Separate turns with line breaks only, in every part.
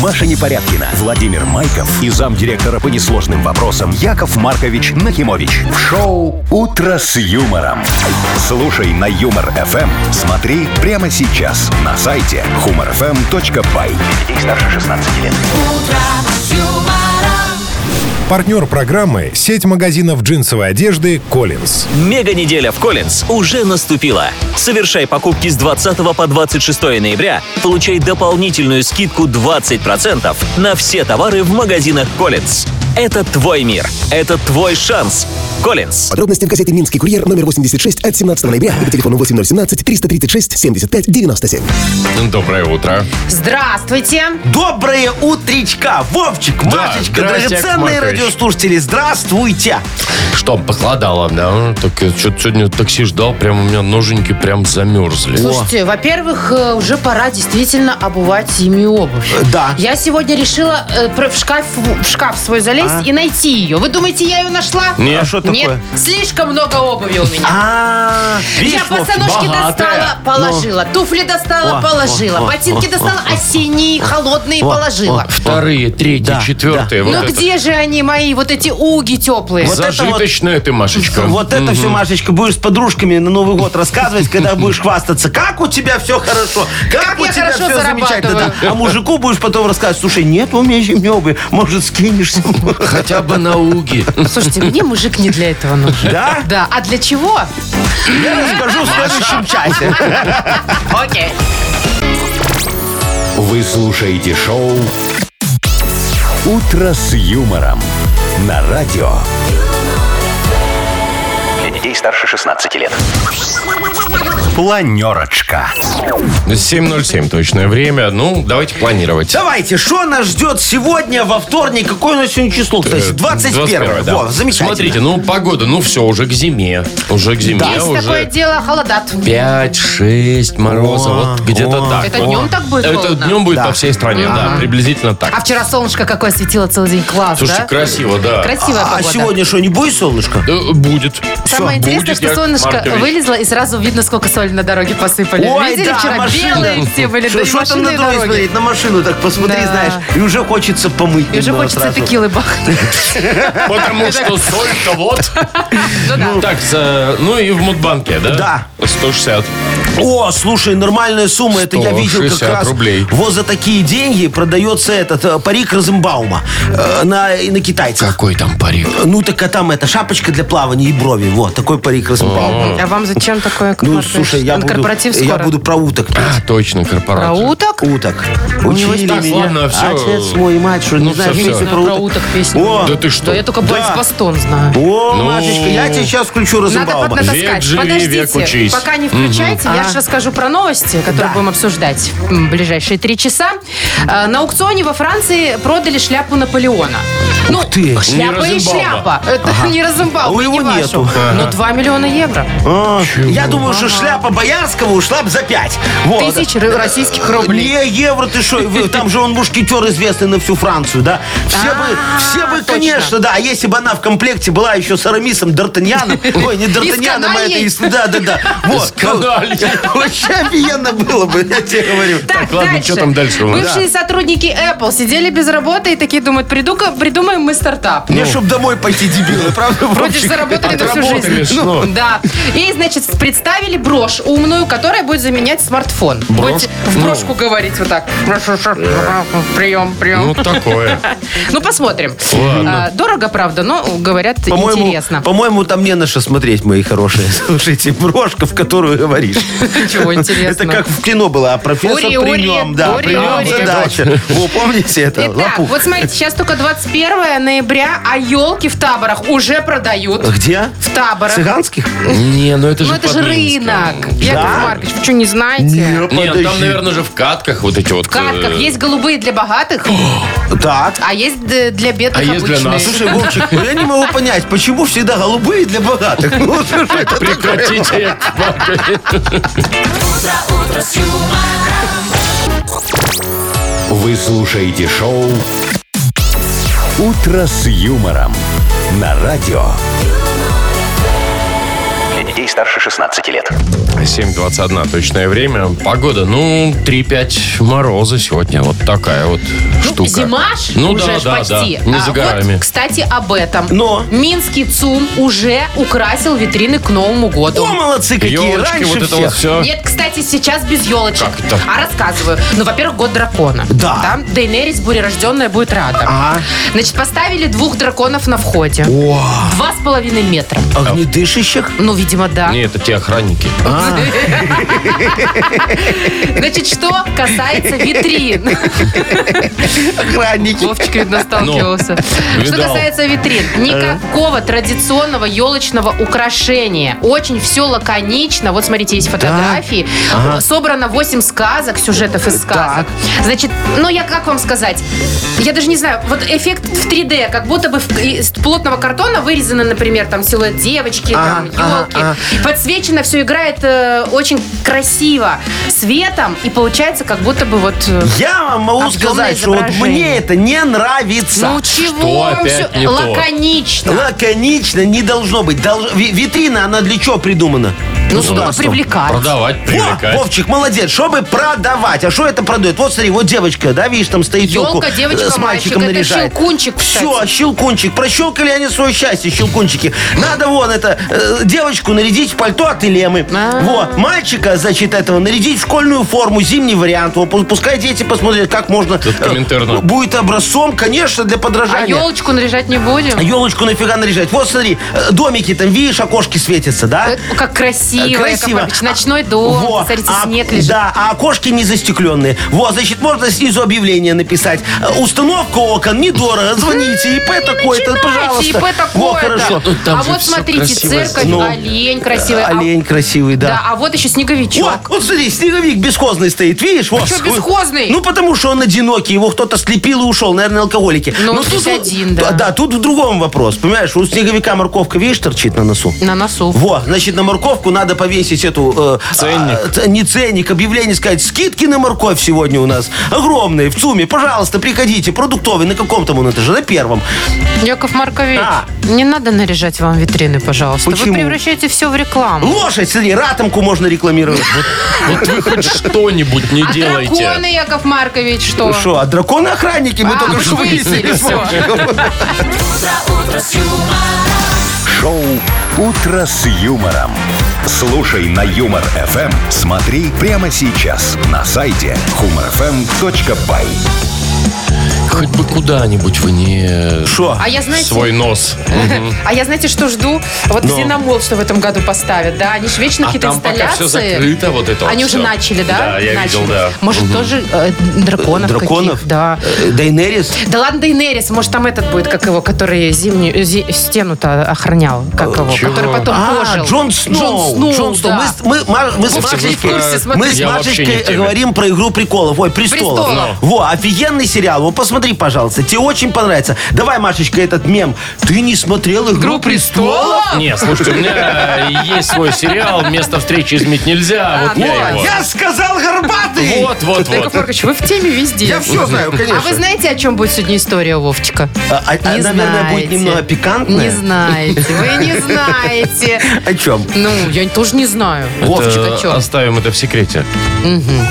Маша Непорядкина, Владимир Майков и замдиректора по несложным вопросам Яков Маркович Нахимович. В шоу «Утро с юмором». Слушай на Юмор-ФМ. Смотри прямо сейчас на сайте humorfm.by. Для детей старше 16 лет.
Партнер программы – сеть магазинов джинсовой одежды «Коллинз».
Мега-неделя в Коллинз уже наступила. Совершай покупки с 20 по 26 ноября, получай дополнительную скидку 20% на все товары в магазинах Коллинз. Это твой мир. Это твой шанс. Коллинз.
Подробности в газете «Минский курьер» номер 86 от 17 ноября и по телефону 8017-336-75-97.
Доброе утро.
Здравствуйте.
Доброе утречка, Вовчик,
Да,
Машечка,
здрасте,
драгоценные
Яков Маркович.
радиослушатели, здравствуйте.
Что, похолодало, да? Так я что-то сегодня такси ждал, прям у меня ноженьки прям замерзли.
Слушайте, во-первых, э, уже пора действительно обувать зимнюю обувь.
Э, да.
Я сегодня решила э, про- в, шкаф, в шкаф свой залезть и найти ее. Вы думаете, я ее нашла?
А? Нет. А что такое?
Нет, слишком много обуви у меня.
А,
Я
видишь, Вовчик,
босоножки
богатая. Ну.
достала, положила. Туфли достала,
О,
положила.
о, о,
ботинки
о,
достала, осенние, холодные,
о,
положила.
Вторые, третьи,
Да,
четвертые. Вот
Ну
это.
где же они мои, вот эти уги теплые?
Вот это вот-
Зажиточная ты, Машечка.
Вот это все, Машечка, будешь с подружками на Новый год рассказывать, когда будешь хвастаться. Как у тебя все хорошо, как,
Как
у
я
тебя
хорошо
все замечательно.
зарабатываю.
да. А мужику будешь потом рассказывать, слушай, нет у меня зимнёвы, может, скинешься.
Хотя бы науги.
Слушайте, мне мужик не для этого нужен.
Да?
Да, а для чего?
Я расскажу в следующем часе.
Окей.
Вы слушаете шоу «Утро с юмором» на радио. Для детей старше 16 лет. Планерочка.
7.07 точное время. Ну, давайте планировать.
Давайте, что нас ждет сегодня во вторник? Какое у нас сегодня число, кстати? 21
Э, да.
Во, замечательно.
Смотрите, ну, погода, ну, все, уже к зиме. Уже к зиме,
Есть такое
уже...
дело, холодат.
5-6 мороза, вот где-то так.
Это
вот.
днем так будет
Это
холодно?
днем будет по всей стране, да, приблизительно
А
так.
вчера солнышко какое светило целый день. Класс,
Слушайте,
да?
красиво, да.
Красивая
А
погода.
сегодня что, не будет солнышко?
Э, Будет.
Самое
Всё,
интересное,
будет,
что
Яков
солнышко
Маркович.
вылезло, и сразу видно, сколько соли на дороге посыпали. Видели вчера? Белые все были, да
Что,
и
что там
машины,
на
и
дороге
дороги.
смотреть? На машину так посмотри,
Да.
знаешь. И уже хочется помыть.
И уже
немного
хочется
сразу.
текилы бахнуть.
Потому что соль-то вот.
Ну да.
Так, за- ну и в Мудбанке, да?
Да.
160.
О, слушай, нормальная сумма. Это я видел как
160
раз.
рублей.
Вот за такие деньги продается этот э, парик Розенбаума э, на, и на китайцах.
Какой там парик?
Ну так а там это шапочка для плавания и брови. Вот, такой парик Розенбаума.
А вам зачем такое? Яков
Ну,
Маркович?
слушай, я
Он
буду,
корпоратив
я
скоро.
буду про уток.
А, точно, корпорация.
Про уток?
Уток.
У него
Учили
Так,
меня.
ладно, всё.
Отец мой и мать, что
Ну,
не знаешь
всё, всё.
песню
Про
про уток?
уток песня.
О,
Да ты что?
Да я только Борис
Да.
Бастон знаю.
О,
Ну.
Машечка, я тебе сейчас включу
Надо
Розенбаума.
Век
поднатаскать.
живи, век учись.
Подождите, пока не включайте, я
Ага.
сейчас скажу про новости, которые
Да.
будем обсуждать в ближайшие три часа. Э, На аукционе во Франции продали шляпу Наполеона. Ну,
ты.
шляпа
Не
и
Розенбаума.
шляпа. Это не
А у
Розенбаум, и не
его
вашу.
нету.
Но 2 миллиона евро.
А, Я думаю, что шляпа Боярского ушла б за пять. Вот.
Тысяч ры- российских рублей.
Не евро, ты что? Там же он мушкетер известный на всю Францию, да? Все бы,
А,
все бы,
точно.
конечно, да. А если бы она в комплекте была еще с Арамисом Д'Артаньяном, ой, не Д'Артаньяном, а это...
канальей.
из- Да, да, да. Вот. Ну,
канальей.
Вообще офигенно было бы, я тебе говорю.
Так,
ладно, что там дальше у нас?
Бывшие сотрудники Apple сидели без работы и такие думают, «Приду-ка, придумаем мы стартап.
Мне чтоб домой пойти, дебилы, правда,
Вроде же
Вовчик?
заработали на всю
Отработали,
жизнь.
что?
Ну, да. И, значит, представили брошь умную, которая будет заменять смартфон.
Брошь?
Будете в брошку говорить вот так. Прием,
Ну,
прием.
такое.
Ну, посмотрим.
Ладно.
А, Дорого, правда, но, говорят,
По-моему,
интересно.
По-моему, там не на что смотреть, мои хорошие. Слушайте, брошка, в которую говоришь.
Ничего
Это
интересного.
как в кино было, а профессор
Ори,
при
ори,
нем, да,
ори,
при нем
ори.
задача. Вы помните это?
Итак,
Лопух.
вот смотрите, сейчас только 21 ноября, а елки в таборах уже продают.
Где?
В таборах.
Цыганских?
Не, ну это же
Ну, это же
под Минском.
рынок. Яков Маркович, вы что, не знаете?
Нет, там, наверное, же в катках вот эти вот.
В катках
э,
есть голубые для богатых,
Так.
а есть д- для бедных
А есть для
обычные.
нас.
Слушай, Вовчик, ну я не могу понять, почему всегда голубые для богатых? Ну, слушай, это
Прекратите. Яков Маркович.
Вы слушаете шоу «Утро с юмором» на радио. Для детей старше 16 лет.
7.21 точное время. Погода, ну, 3-5 мороза сегодня. Вот такая вот штука.
Зима ж
Ну
Ну, уже
да,
ж
да,
почти.
да. Не
А
за
вот,
горами.
кстати, об этом.
Но?
Минский ЦУМ уже украсил витрины к Новому году.
О, молодцы какие,
Елочки,
раньше
вот это
всех.
вот все.
Нет, кстати, сейчас без елочек.
Как это?
А рассказываю. Ну, во-первых, год дракона.
Да.
Там Дейнерис Бурерожденная будет рада.
А.
Значит, поставили двух драконов на входе.
О,
Два с половиной метра.
огнедышащих?
Ну, видимо, да.
Не, это те охранники.
Значит, что касается витрин.
Охранники.
Вовчик, видно, сталкивался. Что
видал.
касается витрин,
Э.
никакого традиционного елочного украшения. Очень все лаконично. Вот смотрите, есть фотографии. Собрано 8 сказок, сюжетов из сказок. Значит, ну я как вам сказать? Я даже не знаю, вот эффект в 3D, как будто бы в- из плотного картона вырезаны, например, там силуэт девочки, там елки. Подсвечено все играет э, очень красиво светом, и получается, как будто бы вот. э,
Я вам могу
Объемное
сказать, что вот
изображение.
мне это не нравится.
Ну чего вам
опять
всё-
не то?
лаконично.
Лаконично не должно быть. Долж- ви- Витрина, она для чего придумана?
Ну, чтобы привлекать.
Продавать,
Во,
привлекать.
Вовчик, молодец, чтобы продавать. А что это продает? Вот смотри, вот девочка, да, видишь, там стоит
Ёлка,
ёлку, э,
девочка,
с мальчиком
мальчик. Это
наряжает.
щелкунчик, кстати.
Все, щелкунчик. Прощелкали они свое счастье, щелкунчики. Надо вон это, э, девочку нарядить в пальто от Илемы.
А.
Вот, мальчика, значит, этого нарядить в школьную форму, зимний вариант. Вот, пу- пускай дети посмотрят, как можно...
Тут
э,
коминтерно.
Будет образцом, конечно, для
А
подражания.
елочку наряжать не будем?
Елочку нафига наряжать? Вот смотри, э, домики там, видишь, окошки светятся, да?
Э, Как красиво, Яков
Красиво. А,
Маркович. Ночной дом,
Во,
смотрите,
а,
снег лежит.
Да, а окошки не застекленные. Вот, значит, можно снизу объявление написать. Э, Установка окон недорого, звоните, ИП такой-то, пожалуйста.
Начинайте, ИП
Во,
такое-то.
хорошо.
Тут Ну, там
а
же
вот
всё
смотрите,
красиво
церковь,
сделано. Ну,
олень красивый. а-
Олень красивый,
да.
да.
а вот еще
Вот,
снеговичок.
вот смотри, снеговик бесхозный стоит, видишь? Вот.
чё бесхозный?
Ну, потому что он одинокий, его кто-то слепил и ушел, наверное, алкоголики.
Ну,
Но
он
тут
здесь один, да.
Да, тут в другом вопрос, понимаешь? У снеговика морковка, видишь, торчит на носу?
На носу.
Во, значит, на морковку надо повесить эту... э,
Ценник.
а, ц- не ценник, объявление сказать. Скидки на морковь сегодня у нас огромные. В ЦУМе, пожалуйста, приходите. Продуктовый, на каком там он этаже? На первом.
Яков Маркович,
А.
не надо наряжать вам витрины, пожалуйста.
Почему?
Вы превращаете все в
Ну,
рекламу.
Лошадь, смотри, ратомку можно рекламировать.
Вот вы хоть что-нибудь не
а драконы,
делайте.
Яков Маркович, что?
Ну Что, а драконы охранники? Мы
А,
только
вы
что
выяснили,
выяснили.
всё.
Шоу «Утро с юмором». Слушай на Юмор ФМ. Смотри прямо сейчас на сайте humorfm.by.
Хоть бы куда-нибудь вы не...
Что?
А я, знаете,
Свой нос.
А я, знаете, что жду? Вот Зиномол, что в этом году поставят, да? Они же вечно
А
какие-то
там
инсталляции.
пока все закрыто, вот это вот
Они уже
всё.
начали, да?
Да, я
Начали.
видел, да.
Может, тоже э, драконов
Драконов?
каких, да.
Э, Дейнерис?
Да ладно, Дейнерис, может, там этот будет, как его, который зимнюю э, зи- стену-то охранял, как его,
Э, чего?
который потом
А,
ожил.
Джон Сноу.
Э, Джон Сноу,
Мы
да.
с- Мы, Мар- мы с
Вовчик, вы
Машечкой-
в курсе,
мы с
смотрите.
Я вообще не в
Машечкой
теме. Ну.
говорим про игру приколов. Ой, престолов.
«Престолов».
Во, офигенный сериал. Вот посмотри, пожалуйста. Тебе очень понравится. Давай, Машечка, этот мем. Ты не смотрел игру престолов?
Не, слушайте, у меня есть свой сериал «Место встречи изменить нельзя».
А,
Вот
ну,
я его.
Я сказал горбатый.
Вот, вот,
Яков
вот.
Маркович, вы в теме везде.
Я все знаю,
А
конечно.
вы знаете, о чем будет сегодня история у Вовчика?
А- а- а, наверное, будет немного пикантная.
Не знаете, вы не знаете.
О чем?
Ну, я тоже не знаю. Вовчик, а
Это
о чем?
Оставим это в секрете.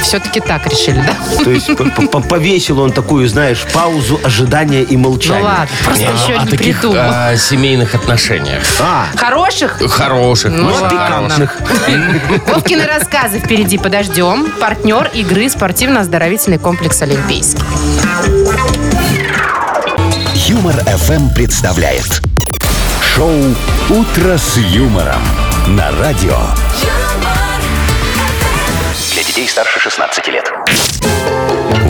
Все-таки так решили, да? Ну
То есть п- п- п- повесил он такую, знаешь, паузу ожидания и
Ну
молчания.
ладно, просто еще
О
не
А, таких а,
придумал.
о семейных отношениях.
А,
Хороших?
Хороших,
Ну
может,
ладно.
хороших.
Вовкины рассказы впереди подождем. Партнер игры спортивно-оздоровительный комплекс «Олимпийский».
Юмор ФМ представляет шоу Утро с юмором на радио. Для детей старше 16 лет.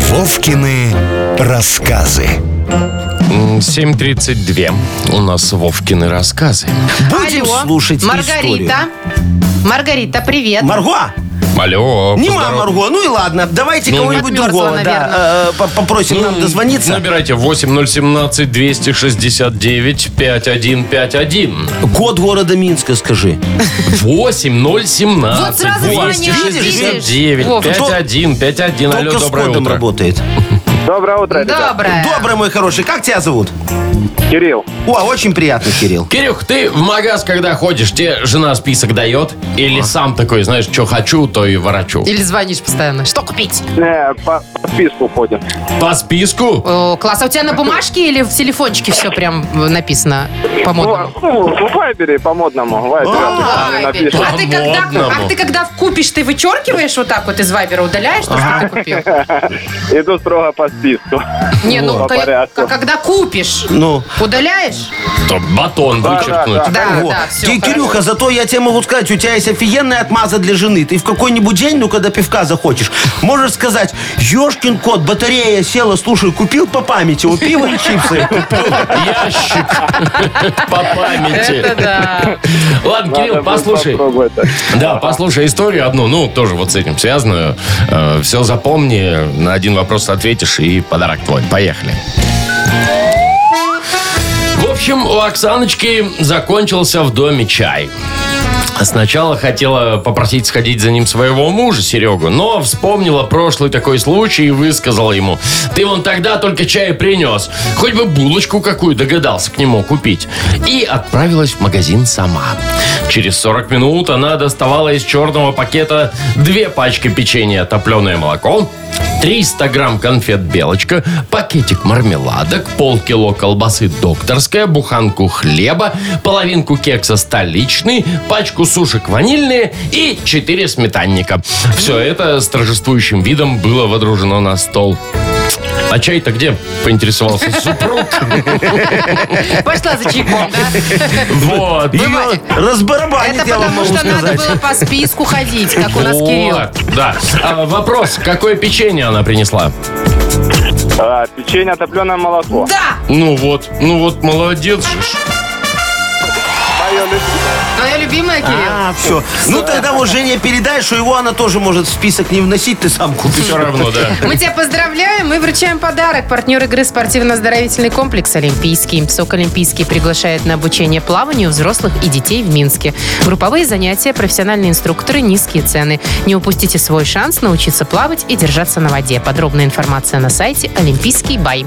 Вовкины рассказы.
7.32. У нас Вовкины рассказы.
будем
Алло,
слушать историю.
Маргарита. Маргарита, привет.
Марго,
Алло.
не
поздоров-
мама Марго, ну и ладно, давайте
Ну,
кого-нибудь
подмерзла,
другого, да,
наверное.
э, по- попросим нам дозвониться.
Набирайте 8017-269-5151.
Код города Минска, скажи.
8017
Вот сразу звонят,
269
видишь? Вов,
51 51 Алло,
Только с
доброе
кодом
утро.
работает.
Доброе утро, ребят.
Доброе.
Доброе, мой хороший, как тебя зовут?
Кирилл,
О, очень приятно, Кирилл.
Кирюх, ты в магаз, когда ходишь, тебе жена список дает? Или
А.
сам такой, знаешь, что хочу, то и ворочу?
Или звонишь постоянно. Что купить?
э, по по списку ходим.
По списку?
О, класс. А у тебя на бумажке или в телефончике все прям э, написано по-модному?
Ну, ну, в Вайбере по-модному. в Вайбере обычно не
Вайбер.
напишешь.
А ты, когда,
По-модному.
а ты когда купишь, ты вычеркиваешь вот так вот из вайбера, удаляешь то, что ты купил?
Иду строго по списку.
Не, ну,
По
ко-
порядку.
ко- когда купишь,
Ну,
удаляешь?
То батон вычеркнуть.
да,
Да,
Во.
да, все.
Ки- Кирюха, зато я тебе могу сказать, у тебя есть офигенная отмаза для жены. Ты в какой-нибудь день, ну, когда пивка захочешь, можешь сказать, ешкин кот, батарея села, слушай, купил по памяти, у пива и чипсы.
Ящик. По
Это
памяти.
да.
Ладно,
Надо
Кирилл,
будет
послушай.
попробовать так.
Да, послушай историю одну, ну, тоже вот с этим связанную. все запомни, на один вопрос ответишь, и подарок твой. Поехали. В общем, у Оксаночки закончился в доме чай. Сначала хотела попросить сходить за ним своего мужа, Серегу, но вспомнила прошлый такой случай и высказала ему. Ты вон тогда только чая принес. Хоть бы булочку какую догадался к нему купить. И отправилась в магазин сама. Через 40 минут она доставала из черного пакета две пачки печенья, топленое молоко, 300 грамм конфет «Белочка», пакетик мармеладок, полкило колбасы «Докторская», буханку хлеба, половинку кекса «Столичный», пачку сушек «Ванильные» и 4 сметанника. Все это с торжествующим видом было водружено на стол. А чай-то где? Поинтересовался супруг.
Пошла за чайком, да?
Вот.
Ее разбарабанить,
Это
я вам
потому,
могу
что надо
сказать.
было по списку ходить, как у нас
Вот,
Кирилл.
Да. А, вопрос. Какое печенье она принесла?
А, печенье, топленое молоко.
Да!
Ну вот. Ну вот, молодец же.
Мое любимое.
Твоя любимая, Кирилл?
А, все. Ну, тогда вот Женя передай, что его она тоже может в список не вносить, ты сам купишь.
Все равно, да.
Мы тебя поздравляем и вручаем подарок. Партнер игры «Спортивно-оздоровительный комплекс Олимпийский». СОК «Олимпийский» приглашает на обучение плаванию взрослых и детей в Минске. Групповые занятия, профессиональные инструкторы, низкие цены. Не упустите свой шанс научиться плавать и держаться на воде. Подробная информация на сайте «Олимпийский бай».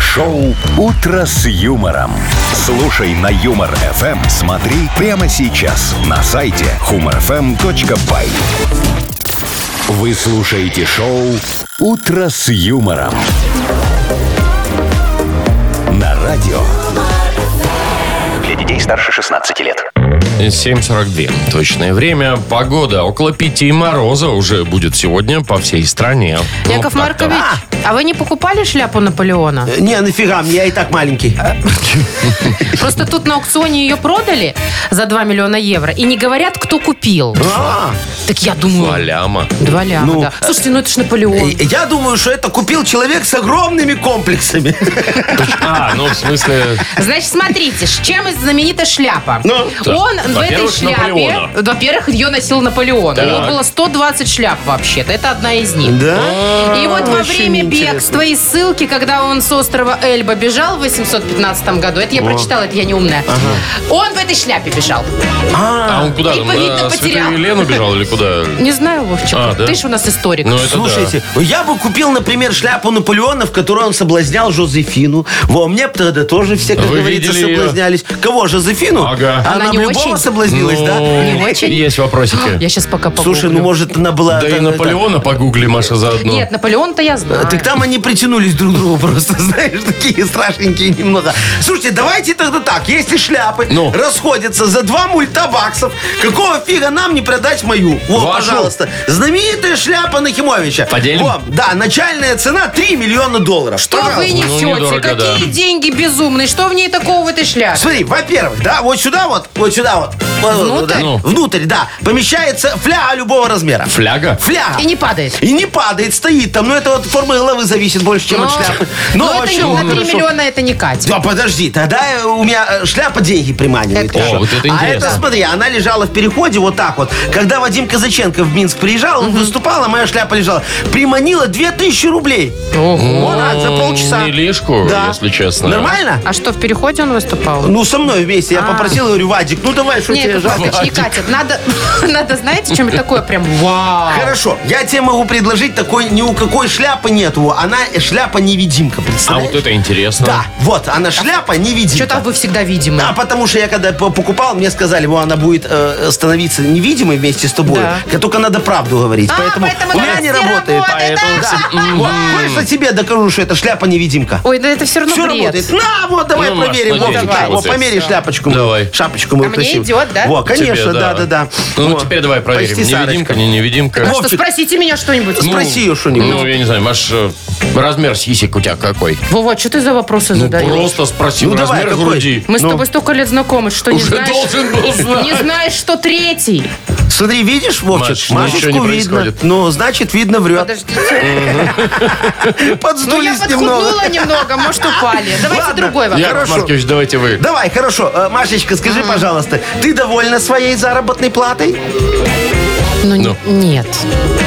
Шоу «Утро с юмором». Слушай на Юмор ФМ. Смотри прямо сейчас на сайте humorfm.by. Вы слушаете шоу «Утро с юмором». На радио. Для детей старше 16 лет.
7.42. Точное время. Погода около 5 мороза уже будет сегодня по всей стране.
Яков
Ну, так-то.
Маркович, а вы не покупали шляпу Наполеона?
Э, Не, нафига, мне я и так маленький.
Просто тут на аукционе ее продали за 2 миллиона евро. И не говорят, кто купил.
А,
Так я думаю...
Валяма.
Два ляма,
Ну,
да. Слушайте, ну это ж Наполеон.
э, Я думаю, что это купил человек с огромными комплексами.
А, ну в смысле...
Значит, смотрите, с чем из- знаменита шляпа?
Ну,
да.
Он в этой
Во-первых,
шляпе...
Наполеона.
Во-первых, ее носил Наполеон. У него
Так.
было 120 шляп вообще-то. Это одна из них.
Ну,
Да?
И вот во
Очень
время
интересно.
бегства и ссылки, когда он с острова Эльба бежал в 815 году, это я прочитала, это я не умная, он в этой шляпе бежал.
А он куда
и
там?
видно, потерял.
На Святую Елену бежал или куда?
Не знаю, Вовчик,
А, да?
ты же у нас историк.
Ну, это
Слушайте, я бы купил, например, шляпу Наполеона, в которой он соблазнял Жозефину. Во, мне бы тогда тоже все, как
Вы
говорится,
видели её?
соблазнялись. Кого, Жозефину?
Ага.
Она,
Она не
в любого
очень?
соблазнилась, да?
Ну,
Не очень?
Есть вопросики.
Я сейчас пока погуглю.
Слушай, ну может она была...
Да и
так,
Наполеона погугли, Маша, заодно.
Нет, Наполеон-то я
так.
знаю.
А, Так там они притянулись друг к другу просто, знаешь, такие страшненькие немного. Слушайте, давайте тогда так, если шляпы
Ну?
расходятся за два мульта баксов, какого фига нам не продать мою? Вот,
Вашу?
пожалуйста, знаменитая шляпа Нахимовича.
Поделим?
Во, да, начальная цена 3 миллиона долларов.
Что
Пожалуйста.
вы несете?
Ну, недорого,
Какие
да.
деньги безумные? Что в ней такого в этой шляпе?
Смотри, во-первых, да, вот сюда вот, вот сюда вот. Вот, вот,
Внутрь?
да,
Ну.
внутрь, да. Помещается фляга любого размера.
Фляга?
Фляга.
И не падает.
А. И не падает, стоит там. Ну, это вот от формы головы зависит больше, чем от шляпы.
но А. это не,
вообще,
на 3
ну, хорошо.
миллиона это не Катя.
Да, подожди, тогда э, у меня э, шляпа деньги приманивает.
Это
О,
еще.
вот это
а
интересно.
это, смотри, она лежала в переходе вот так вот. Когда Вадим Казаченко в Минск приезжал, он выступал, а моя шляпа лежала. Приманила 2000 рублей.
Ого.
Вот, а, за
М,
полчаса.
не лишку,
Да.
если честно.
Нормально?
А что, в переходе он выступал?
Ну, со мной вместе. Я
А.
попросил, говорю, Вадик, ну давай Давай, что
Не,
тебе
Яков
жалко?
Маркович, не катит. Надо, надо, знаете, чем-нибудь такое прям вау.
Хорошо, я тебе могу предложить такой, ни у какой шляпы нету. Она шляпа-невидимка,
А
представляешь?
вот это интересно.
Да, вот, она шляпа-невидимка.
Что-то вы всегда видимы.
А потому что я когда п- покупал, мне сказали, вот она будет э, становиться невидимой вместе с тобой.
Да.
Только надо правду говорить.
А,
поэтому,
поэтому
у меня
она
не
все
работает.
работает,
Поэтому
да.
Вот, хочешь, я тебе докажу, что это шляпа-невидимка.
м-м. Ой, да это все равно
Все
бред.
работает. На, вот, давай
Ну, Маш,
проверим.
ну,
Вот,
давай.
давай. Вот,
Всё.
померяй шляпочку.
Давай.
Шапочку мою
А мне
красивую.
идет, да?
Во, конечно,
Тебе,
да, да, да.
Ну,
Во.
теперь давай проверим,
Почти
невидимка,
Сарочка.
не невидимка.
Ну что,
Вовчик.
спросите меня что-нибудь.
Ну,
спроси её что-нибудь.
Ну, я не знаю, Маш, э, размер сисек у тебя какой?
Вова, что ты за вопросы
Ну,
задаешь?
просто спроси,
Ну, давай,
размер
какой?
груди.
Мы с тобой столько лет знакомы, что не
Уже
знаешь...
должен был знать.
Не знаешь, что третий.
Смотри, видишь,
Маш,
Вовчик?
ну,
Машечку
ничего не
видно.
происходит.
Ну, значит, видно, врет.
Подождите. Ну, я
Подсдулись немного.
подхуднула немного, может, упали. Давайте
Ладно,
другой вопрос.
Яков
Хорошо.
Маркович, давайте вы.
Давай, хорошо. Э, Машечка, скажи, пожалуйста, ты довольна своей заработной платой?
Ну, н- нет.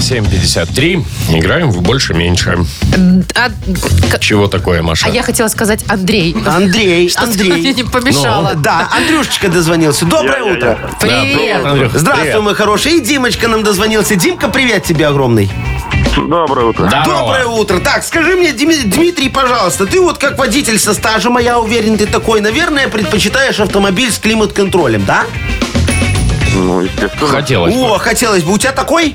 7.53. Играем в больше-меньше.
А, к-
Чего такое, Маша?
а я хотела сказать Андрей.
Андрей,
Что-то мне
Андрей. Ну,
не помешало.
Да, Андрюшечка дозвонился. Доброе
Я-я-я.
утро.
привет,
Привет.
Андрюха.
Здравствуй,
Привет.
мой хороший. И Димочка нам дозвонился. Димка, привет тебе огромный.
Доброе утро.
Здорово.
Доброе утро. Так, скажи мне, Дими- Дмитрий, пожалуйста, ты вот как водитель со стажем, а я уверен, ты такой, наверное, предпочитаешь автомобиль с климат-контролем, да?
Ну, естественно,
Хотелось бы.
О, хотелось бы. У тебя такой?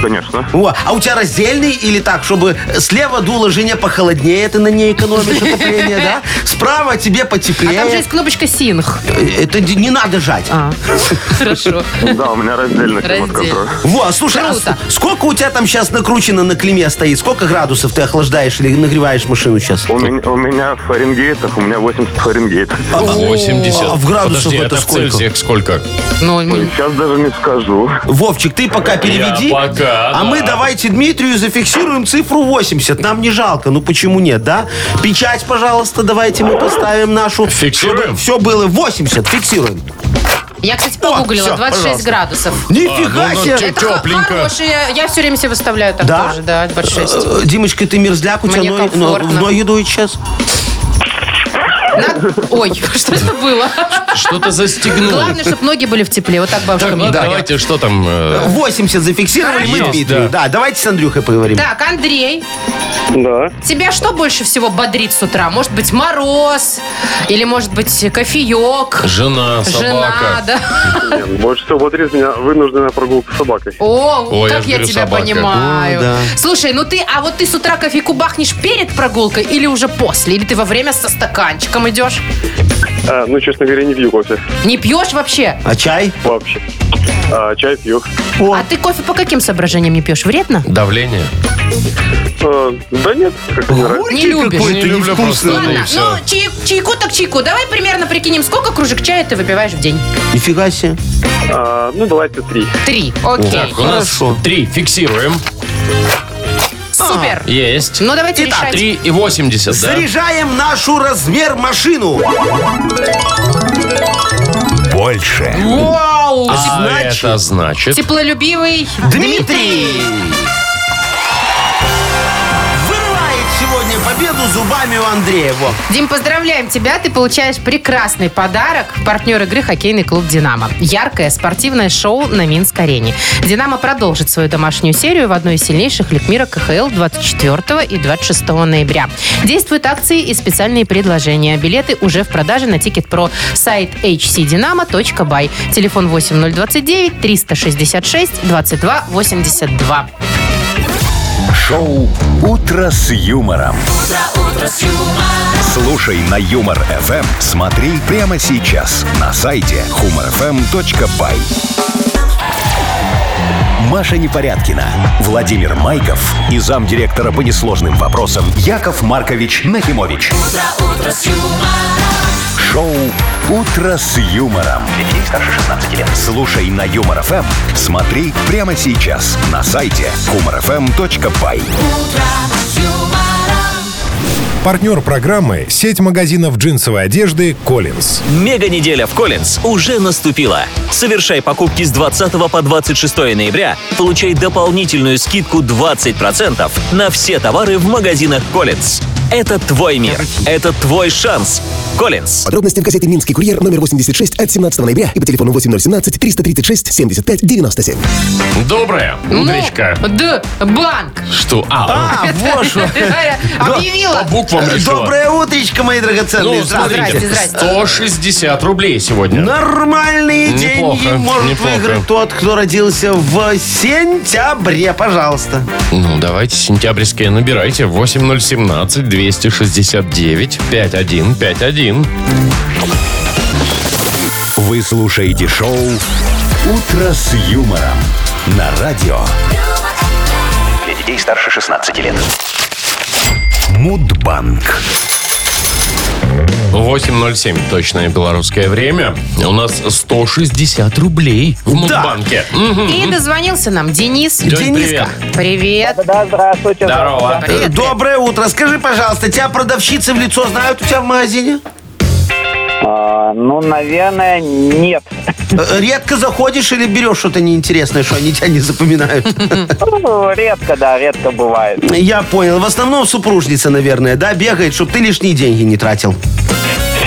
конечно.
О, а у тебя раздельный или так, чтобы слева дуло жене похолоднее, ты на ней экономишь отопление, да? Справа тебе
А там же
потеплее.
есть кнопочка «Синх».
Э, Это д- не надо жать.
А, хорошо.
Да, у меня раздельный
Раздельно.
климат-контроль.
Во, слушай, а
Круто.
с- сколько у тебя там сейчас накручено на климе стоит? Сколько градусов ты охлаждаешь или нагреваешь машину сейчас?
У меня, у меня в Фаренгейтах, у меня 80 Фаренгейт.
80.
А в градусах
Подожди,
это
в
сколько?
Цельсиях сколько?
Ну, м,
Сейчас даже не скажу.
Вовчик, ты пока переведи.
пока,
а
да.
мы давайте Дмитрию зафиксируем цифру 80. Нам не жалко. Ну почему нет, да? Печать, пожалуйста, давайте мы поставим нашу.
Фиксируем?
Все было 80. Фиксируем.
Я, кстати,
О,
погуглила.
всё,
26 градусов.
Нифига
А, ну, ну,
себе!
чё-
Это хо-
Тёпленько.
хорошее. Я все время себе выставляю так
Да?
тоже. Да, 26.
Э, Димочка, ты мерзляк, у тебя
Мне
ноги- но-
комфортно.
ноги дует сейчас.
Надо- Ой, что это было?
Что-то застегнуло.
Главное, чтобы ноги были в тепле. Вот так бабушка
Так,
мне
ладно,
говорила.
давайте, что там? э,
80 зафиксировали мы
Есть,
Дмитрию. Да. давайте с Андрюхой поговорим.
Так, Андрей,
Да.
тебя что больше всего бодрит с утра? Может быть, мороз? Или, может быть, кофеек?
Жена,
Жена,
собака.
да?
Нет, больше всего бодрит меня вынужденная прогулка с собакой.
О,
Ой, я
как
ж
я,
говорю,
тебя
собака.
понимаю.
О, да.
Слушай, ну ты, а вот ты с утра кофейку бахнешь перед прогулкой или уже после? Или ты во время со стаканчиком идешь?
А, ну, честно говоря, не пью кофе.
Не пьешь вообще?
А чай?
Вообще. А, чай пью.
О,
А ты кофе по каким соображениям не пьешь? Вредно?
Давление.
А, да нет, как-то не нравится.
не любишь.
Не люблю просто.
Ладно,
да и
ну
все.
чай- чайку так чайку. Давай примерно прикинем, сколько кружек чая ты выпиваешь в день?
нифига себе.
А, ну, давайте три.
Три. Окей.
Так, у нас
Хорошо.
три. Фиксируем.
Супер.
Есть.
Ну давайте
Итак,
решать.
А. Три и восемьдесят, да?
Заряжаем нашу размер машину.
Больше.
Вау!
А
Значит-
это значит...
Теплолюбивый
Дмитрий! Вырывает сегодня победу воду зубами у Андрея. Во.
Дим, поздравляем тебя. Ты получаешь прекрасный подарок. Партнер игры «Хоккейный клуб «Динамо». Яркое спортивное шоу на Минск-арене. «Динамо» продолжит свою домашнюю серию в одной из сильнейших лиг мира КХЛ 24 и 26 ноября. Действуют акции и специальные предложения. Билеты уже в продаже на Тикет Про. Сайт hcdinamo.by. Телефон 8029 366 22 82.
Шоу «Утро с юмором». Слушай на Юмор ФМ, смотри прямо сейчас на сайте humorfm.by. Маша Непорядкина, Владимир Майков и замдиректора по несложным вопросам Яков Маркович Нахимович. Шоу «Утро с юмором». Для детей старше 16 лет. Слушай на Юмор ФМ, смотри прямо сейчас на сайте humorfm.by.
Партнер программы – сеть магазинов джинсовой одежды «Коллинз».
Мега-неделя в Коллинз уже наступила. Совершай покупки с 20 по 26 ноября. Получай дополнительную скидку 20% на все товары в магазинах Коллинз. Это твой мир. Это твой шанс. Коллинз.
Подробности в газете «Минский курьер» номер 86 от 17 ноября и по телефону 8017 336 75 97.
Доброе,
Ну.
утречка.
Д. Банк.
Что? А,
А, вот что.
Объявила.
по буквам решила.
Доброе утречко, мои драгоценные.
Ну,
Здравствуйте.
смотрите,
э, Здрасте, здрасте.
160 рублей сегодня.
Нормальные
Неплохо,
деньги может
неплохо.
выиграть тот, кто родился в сентябре. Пожалуйста.
Ну, давайте сентябрьские набирайте. 8017 269 5151.
Вы слушаете шоу «Утро с юмором» на радио. Для детей старше 16 лет. Мудбанк.
8.07 точное белорусское время. У нас 160 рублей в Мудбанке. М,
И дозвонился нам Денис.
Дёнь,
Дениска.
Привет.
Да, здравствуйте.
Здорово.
Привет.
Э, Доброе утро. Скажи, пожалуйста, тебя продавщицы в лицо знают у тебя в магазине?
А, ну, наверное, нет.
Э, Редко заходишь или берешь что-то неинтересное, что они тебя не запоминают?
Ну, Редко, да, редко бывает.
Я понял. В основном супружница, наверное, да, бегает, чтобы ты лишние деньги не тратил.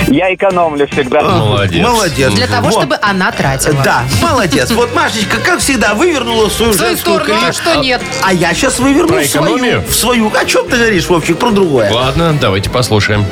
Я экономлю всегда.
Молодец.
Молодец.
Для того,
Вот.
чтобы она тратила.
Да, молодец. Вот Машечка, как всегда, вывернула свою
В свою
женскую
сторону, а
колею.
что нет?
А я сейчас выверну
Про экономию?
свою. В свою. О чем ты говоришь, Вовчик, про другое?
Ладно, давайте послушаем.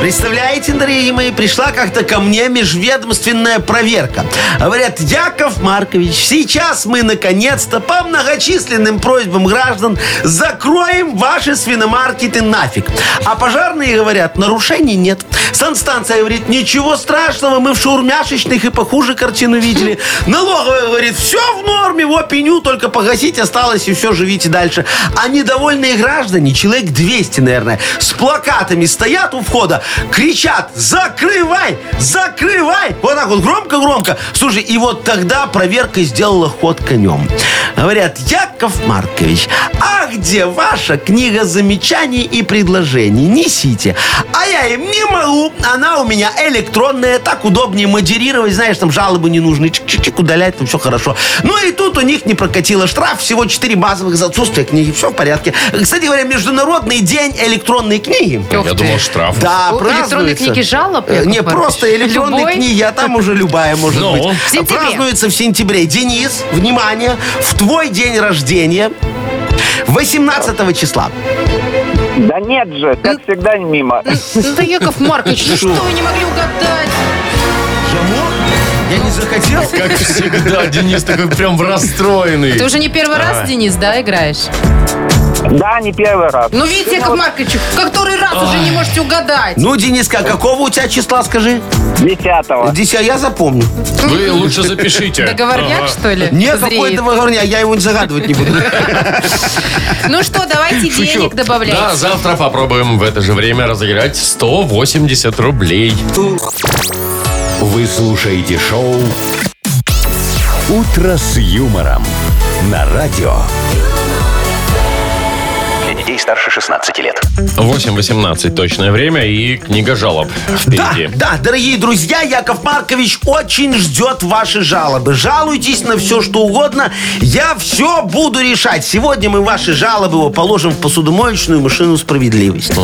Представляете, дорогие мои, пришла как-то ко мне межведомственная проверка. Говорят, Яков Маркович, сейчас мы наконец-то по многочисленным просьбам граждан закроем ваши свиномаркеты нафиг. А пожарные говорят, нарушений нет. Санстанция говорит, ничего страшного, мы в шаурмяшечных и похуже картину видели. Налоговая говорит, все в норме, вот пеню, только погасить осталось и все, живите дальше. А недовольные граждане, человек 200, наверное, с плакатами стоят у входа, кричат, закрывай, закрывай. Вот так вот громко-громко. Слушай, и вот тогда проверка сделала ход конем. Говорят, Яков Маркович, а где ваша книга замечаний и предложений? Несите. А я им не могу. Она у меня электронная, так удобнее модерировать. Знаешь, там жалобы не нужны. Чик-чик-чик удалять, там все хорошо. Ну и тут у них не прокатило штраф. Всего 4 базовых за отсутствие книги. Все в порядке. Кстати говоря, Международный день электронной книги.
Ух
Я
ты.
думал, штраф.
Да,
О, Ну, электронные
празднуется.
книги жалоб,
Э, Не,
Яков Маркович?
просто электронные
Любой?
книги, а там уже любая может
Ну.
быть.
В
сентябре.
Празднуется в сентябре. Денис, внимание, в твой день рождения 18 числа.
Да нет же, как всегда мимо.
Ну, Да, Яков Маркович, ну что вы не могли угадать?
Я мог? Я не захотел?
Как всегда, Денис такой прям расстроенный.
Ты уже не первый раз, Денис, да, играешь?
Да, не первый раз.
Ну, видите, Яков Маркович, который раз уже не можете угадать.
Ну, Дениска, какого у тебя числа, скажи?
Десятого.
Здесь я запомню.
Вы лучше запишите.
Договорняк,
Ага.
что ли?
Нет,
Э, Зреет.
какой договорня, я его не загадывать не буду.
Ну что, давайте
Шучу.
денег
Да,
добавляйте.
завтра попробуем в это же время разыграть 180 рублей.
Вы слушаете шоу «Утро с юмором» на радио. детей старше 16 лет.
8.18 точное время и книга жалоб
Да,
впереди.
да, дорогие друзья, Яков Маркович очень ждет ваши жалобы. Жалуйтесь на все, что угодно. Я все буду решать. Сегодня мы ваши жалобы положим в посудомоечную машину справедливости.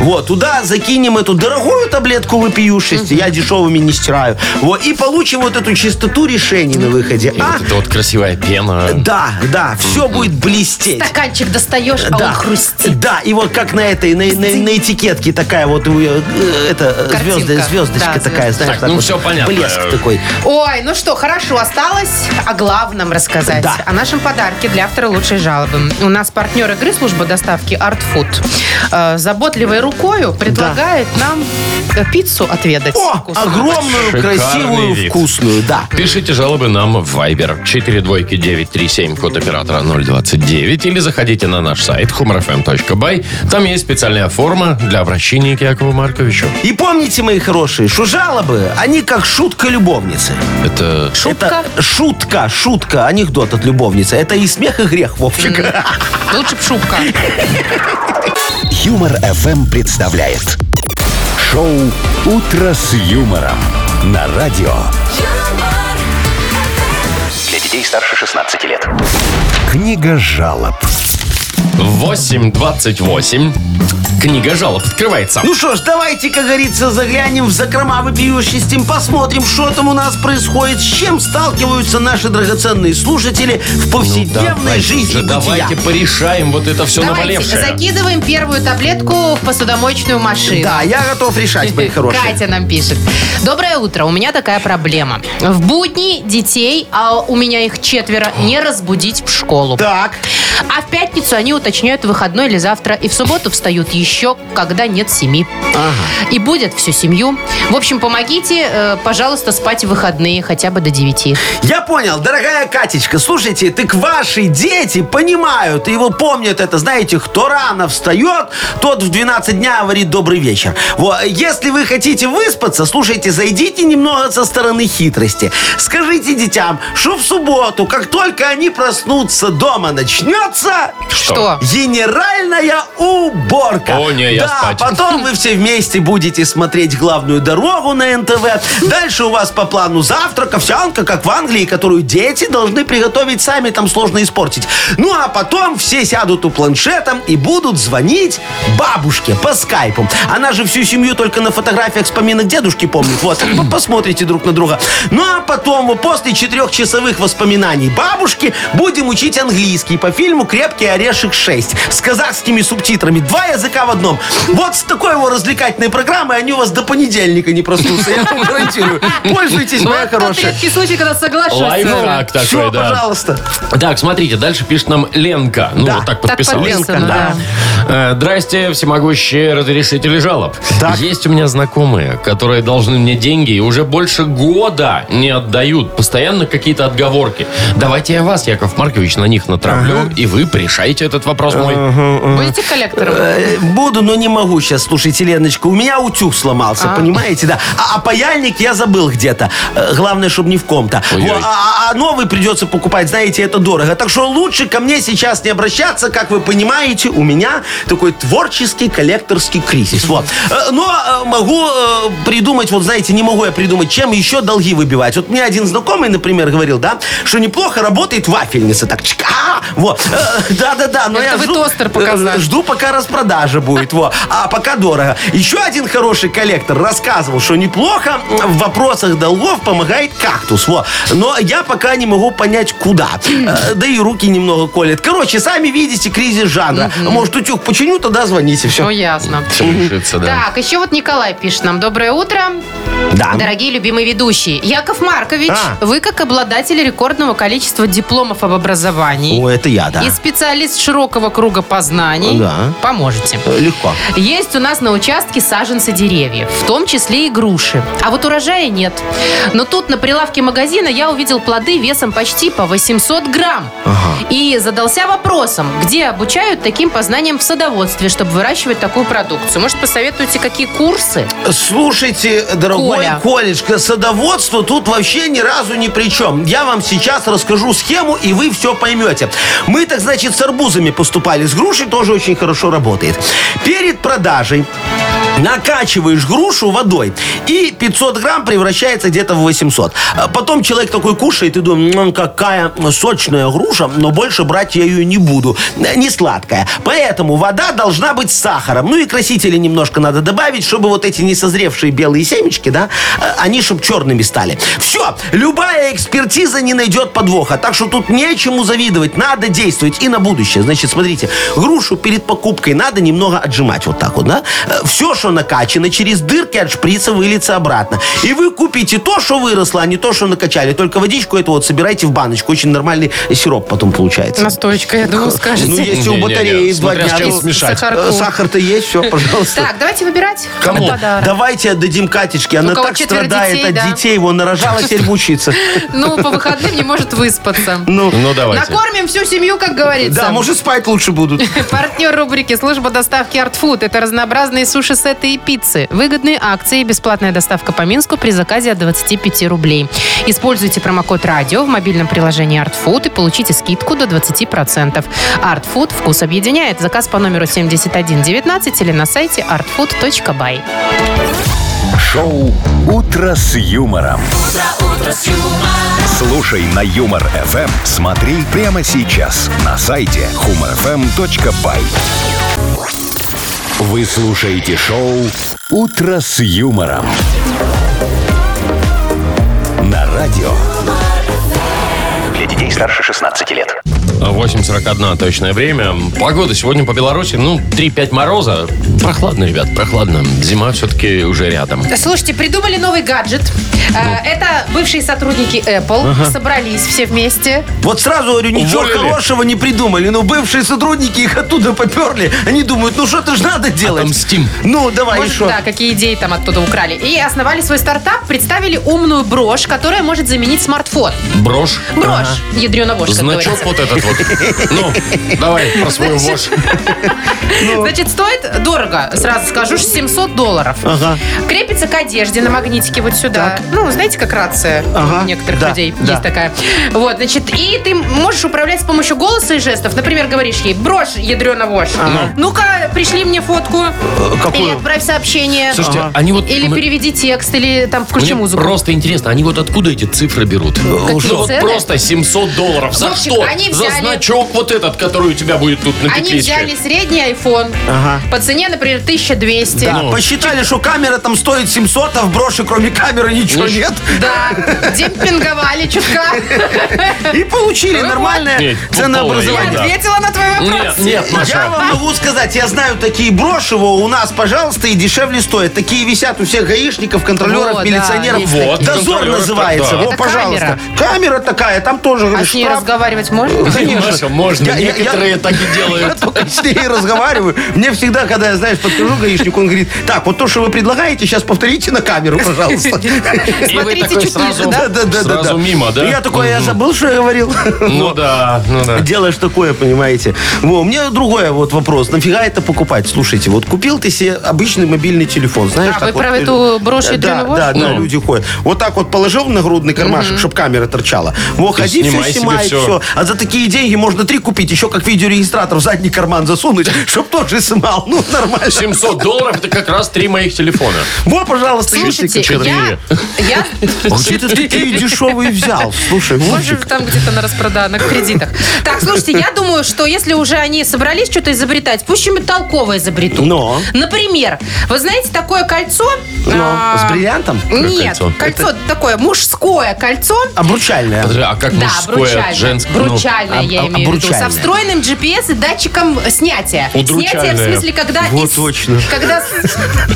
Вот, туда закинем эту дорогую таблетку выпиющести. Я дешевыми не стираю. Вот, и получим вот эту чистоту решений на выходе.
И
А?
вот эта вот красивая пена.
Да, да, все будет блестеть.
Стаканчик достаешь, а он хрустит.
Да, и вот как на этой, на, на- на этикетке такая вот у её, э, это,
Картинка.
звезды, звездочка
Да,
такая,
звезда.
знаешь,
Так, ну
вот
всё понятно.
Блеск такой.
Ой, ну что, хорошо, осталось о главном рассказать.
Да.
О нашем подарке для автора лучшей жалобы. У нас партнер игры служба доставки Art Food. Э, заботливой рукою предлагает нам э, пиццу отведать.
О,
Вкусно.
огромную,
Шикарный
красивую,
вид.
вкусную, да.
Пишите жалобы нам в Viber 42937, код оператора 029, или заходите на наш сайт humorfm.by. Там есть специальная форма для обращения к Якову Марковичу.
И помните, мои хорошие, что жалобы, они как шутка любовницы.
Это
Шутка?
Это шутка, шутка, анекдот от любовницы. Это и смех, и грех, Вовчик.
Лучше б шубка.
Юмор FM представляет шоу Утро с юмором на радио. Для детей старше 16 лет. Книга жалоб.
8.28. Книга жалоб открывается.
Ну что ж, давайте, как говорится, заглянем в закрома вопиющестям, посмотрим, что там у нас происходит, с чем сталкиваются наши драгоценные слушатели в повседневной
Ну, Давайте
жизни
уже,
бытия.
давайте порешаем вот это все
Давайте,
навалевшее.
закидываем первую таблетку в посудомоечную машину.
Да, я готов решать, мои хорошие.
Катя нам пишет. Доброе утро. У меня такая проблема. В будни детей, а у меня их четверо, не разбудить в школу.
Так,
А в пятницу они уточняют выходной или завтра. И в субботу встают еще, когда нет семи. И будет всю семью. В общем, помогите, э, пожалуйста, спать в выходные хотя бы до девяти.
я понял, дорогая Катечка, слушайте, так ваши дети понимают и вот помнят это, знаете, кто рано встает, тот в 12 дня говорит «добрый вечер». Вот, если вы хотите выспаться, слушайте, зайдите немного со стороны хитрости. Скажите детям, что в субботу, как только они проснутся, дома начнется
Что?
Генеральная уборка.
О, не, я
да,
спать.
потом вы все вместе будете смотреть главную дорогу на НТВ. Дальше у вас по плану завтрак, овсянка, как в Англии, которую дети должны приготовить сами, там сложно испортить. Ну, а потом все сядут у планшета и будут звонить бабушке по скайпу. Она же всю семью только на фотографиях с поминок дедушки помнит. Вот, по- посмотрите друг на друга. Ну, а потом, вот после четырехчасовых воспоминаний бабушки, будем учить английский по фильму «Крепкий орешек 6» с казахскими субтитрами. Два языка в одном. Вот с такой его развлекательной программой они у вас до понедельника не проснутся. Я вам гарантирую. Пользуйтесь, моя хорошая.
редкий случай, когда соглашусь.
Лайфхак такой,
Все,
да.
пожалуйста.
Так, смотрите, дальше пишет нам Ленка. Ну, вот
Так
так подписалась.
подписано, да.
Э, Здрасте, всемогущие разрешители жалоб. Есть у меня знакомые, которые должны мне деньги и уже больше года не отдают. Постоянно какие-то отговорки. Давайте я вас, Яков Маркович, на них натравлю, и вы решайте этот вопрос мой.
Будете коллектором? Ну,
Э, Буду, но не могу сейчас. Слушайте, Леночка, у меня утюг сломался, понимаете, да? А, а паяльник я забыл где-то. Э, Главное, чтобы не в ком-то.
Ой-ой.
Во, А, а- а новый придется покупать, знаете, это дорого. Так что лучше ко мне сейчас не обращаться, как вы понимаете, у меня такой творческий коллекторский кризис. Вот. Э, Но э, могу э, придумать, вот знаете, не могу я придумать, чем еще долги выбивать. Вот мне один знакомый, например, говорил, да, что неплохо работает вафельница. Так, чка! Вот. Э, Да-да-да, но
Это
я
вы
жду-
тостер показали.
э, Жду, пока распродажа будет. Во. А пока дорого. Еще один хороший коллектор рассказывал, что неплохо м, в вопросах долгов помогает кактус. Во. Но я пока не могу понять, куда. Э, Да и руки немного колят. Короче, сами видите кризис жанра. Может, утюг починю, тогда звоните.
Ну,
Все.
ясно.
Все решится, да.
Так, еще вот Николай пишет нам. Доброе утро.
Да.
Дорогие любимые ведущие, Яков Маркович,
А.
вы как обладатель рекордного количества дипломов об образовании
О, это я, да.
и специалист широкого круга познаний,
Да.
поможете.
Э, Легко.
Есть у нас на участке саженцы деревьев, в том числе и груши. А вот урожая нет. Но тут на прилавке магазина я увидел плоды весом почти по 800 грамм. И задался вопросом, где обучают таким познаниям в садоводстве, чтобы выращивать такую продукцию. Может, посоветуете, какие курсы?
Слушайте, дорогой
Коля.
Колечка, садоводство тут вообще ни разу ни при чем. Я вам сейчас расскажу схему, и вы все поймете. Мы так, значит, с арбузами поступали. С грушей тоже очень хорошо работает. Перед продажей накачиваешь грушу водой, и 500 грамм превращается где-то в 800. А Потом человек такой кушает и думает, «М, какая сочная груша, но больше брать я ее не буду. Э, Не сладкая. Поэтому вода должна быть с сахаром. Ну и красители немножко надо добавить, чтобы вот эти несозревшие белые семечки, да, э, они чтобы черными стали. Все, любая экспертиза не найдет подвоха. Так что тут нечему завидовать, надо действовать и на будущее. Значит, смотрите, грушу перед покупкой надо немного отжимать вот так вот, да? Все, что накачано, через дырки от шприца выльется обратно. И вы купите то, что выросло, а не то, что накачали. Только водичку эту вот собирайте в баночку. Очень нормальный сироп потом получается.
Настойка, я думаю, скажете.
Ну, если у
Не-не-не,
батареи из два
смотря с
дня.
чем
то-
смешать.
Э, Сахар-то есть, все, пожалуйста.
Так, давайте выбирать
Кому?
подарок.
Давайте отдадим Катечке. Она
У кого
так
четверо
страдает
детей,
от
да.
детей. Его нарожала, теперь мучается.
Ну, по выходным не может выспаться.
Ну, давайте.
Накормим всю семью, как говорится.
Да, может, спать лучше будут.
Партнер рубрики «Служба доставки Art Food» Это разнообразные суши-сеты и пиццы. Выгодные акции и бесплатная доставка по Минску при заказе от 25 рублей. Используйте промокод «Радио» в мобильном приложении Art Food и получите скидку до 20%. Art Food вкус объединяет. Заказ по номеру 7119 или на сайте artfood.by.
Шоу «Утро с юмором». Слушай на Юмор ФМ. Смотри прямо сейчас на сайте humorfm.by. Вы слушаете шоу «Утро с юмором». На радио. Для детей старше 16 лет.
8.41 точное время. Погода сегодня по Беларуси, ну, 3-5 мороза. Прохладно, ребят, прохладно. Зима все-таки уже рядом.
Слушайте, придумали новый гаджет.
Ну.
Э, Это бывшие сотрудники Apple собрались все вместе.
Вот сразу говорю, ничего
Уволили.
хорошего не придумали. Но бывшие сотрудники их оттуда поперли. Они думают, ну что-то же надо делать.
Отомстим.
Ну, давай
Может,
еще.
да, какие идеи там оттуда украли. И основали свой стартап, представили умную брошь, которая может заменить смартфон.
Брошь.
Брошь, ядрена вошь, как
Значок
говорится.
вот этот вот. Ну, давай про свою вошь.
Значит, стоит дорого, сразу скажу, 700 долларов. Крепится к одежде на магнитике вот сюда. Ну, знаете, как рация
Ага,
у некоторых
да,
людей
да.
есть такая. Вот, значит, и ты можешь управлять с помощью голоса и жестов. Например, говоришь ей, брошь, ядрена вошь. Ну-ка, пришли мне фотку. Или
какую?
отправь сообщение.
Слушайте, они вот...
Или
м-
переведи текст, или там включи
мне
музыку.
просто интересно, они вот откуда эти цифры берут?
Какие
Ну, вот
цены?
просто 700 долларов. За
В общем,
что?
они
За
взяли-
значок вот этот, который у тебя будет тут на
Они
петличке.
взяли средний iPhone по цене, например, 1200.
Да,
Ну,
посчитали, что камера там стоит 700, а в броши кроме камеры ничего
Ну,
нет.
Да, демпинговали чутка.
И получили нормальное
Нет,
ценообразование.
Я
Да.
ответила на твой вопрос.
Нет, нет,
Я
Маша.
вам могу сказать, я знаю такие брошево у нас, пожалуйста, и дешевле стоят. Такие висят у всех гаишников, контролеров,
Во, да,
милиционеров.
есть
Вот, такие.
Дозор
контролеры,
называется.
да.
Во,
Это
пожалуйста. Камера. такая, там тоже
А
говоришь,
с ней
штраф.
разговаривать можно?
Конечно.
Маша, можно.
Я- я-
Некоторые
я-
так и
Я
делают.
только с ней разговариваю. Мне всегда, когда я, знаешь, подхожу к гаишнику, он говорит, так, вот то, что вы предлагаете, сейчас повторите на камеру, пожалуйста.
Смотрите
такой
чуть
сразу-
ниже, да?
Сразу мимо, да?
Я такой, я
Мгм.
забыл, что я говорил.
Ну да, ну да.
Делаешь такое, понимаете. Во, у меня другой вот вопрос. Нафига это покупать? Слушайте, вот купил ты себе обычный мобильный телефон, знаешь?
А, вы
вот
про
ты-
эту брошь
Да,
ядреного?
Да, да,
Ну.
люди ходят. Вот так вот положил в нагрудный кармашек, чтобы камера торчала. Во, ходи, все
снимай себе
снимает,
всё.
все. А за такие деньги можно три купить, еще как видеорегистратор в задний карман засунуть, чтобы тоже снимал. Ну, нормально.
700 долларов это как раз три моих телефона.
Во, пожалуйста,
Слушайте,
Юсик.
я... я
А Где ты такие дешевые взял? Слушай,
Может, там где-то на распроданных кредитах. Так, слушайте, я думаю, что если уже они собрались что-то изобретать, пусть чем-нибудь толковое изобретут.
Но.
Например, вы знаете, такое кольцо...
Но
а,
с бриллиантом?
Нет,
кольцо?
кольцо, такое мужское кольцо.
Обручальное.
Подожди, а
Ну,
как
Да,
мужское,
бручальное.
женское? ну,
бручальное,
а-
я
а-
имею в виду. Со
обручальное.
встроенным GPS и датчиком снятия. Снятие
Удручальное.
в смысле, когда...
Вот
из-
точно.
Когда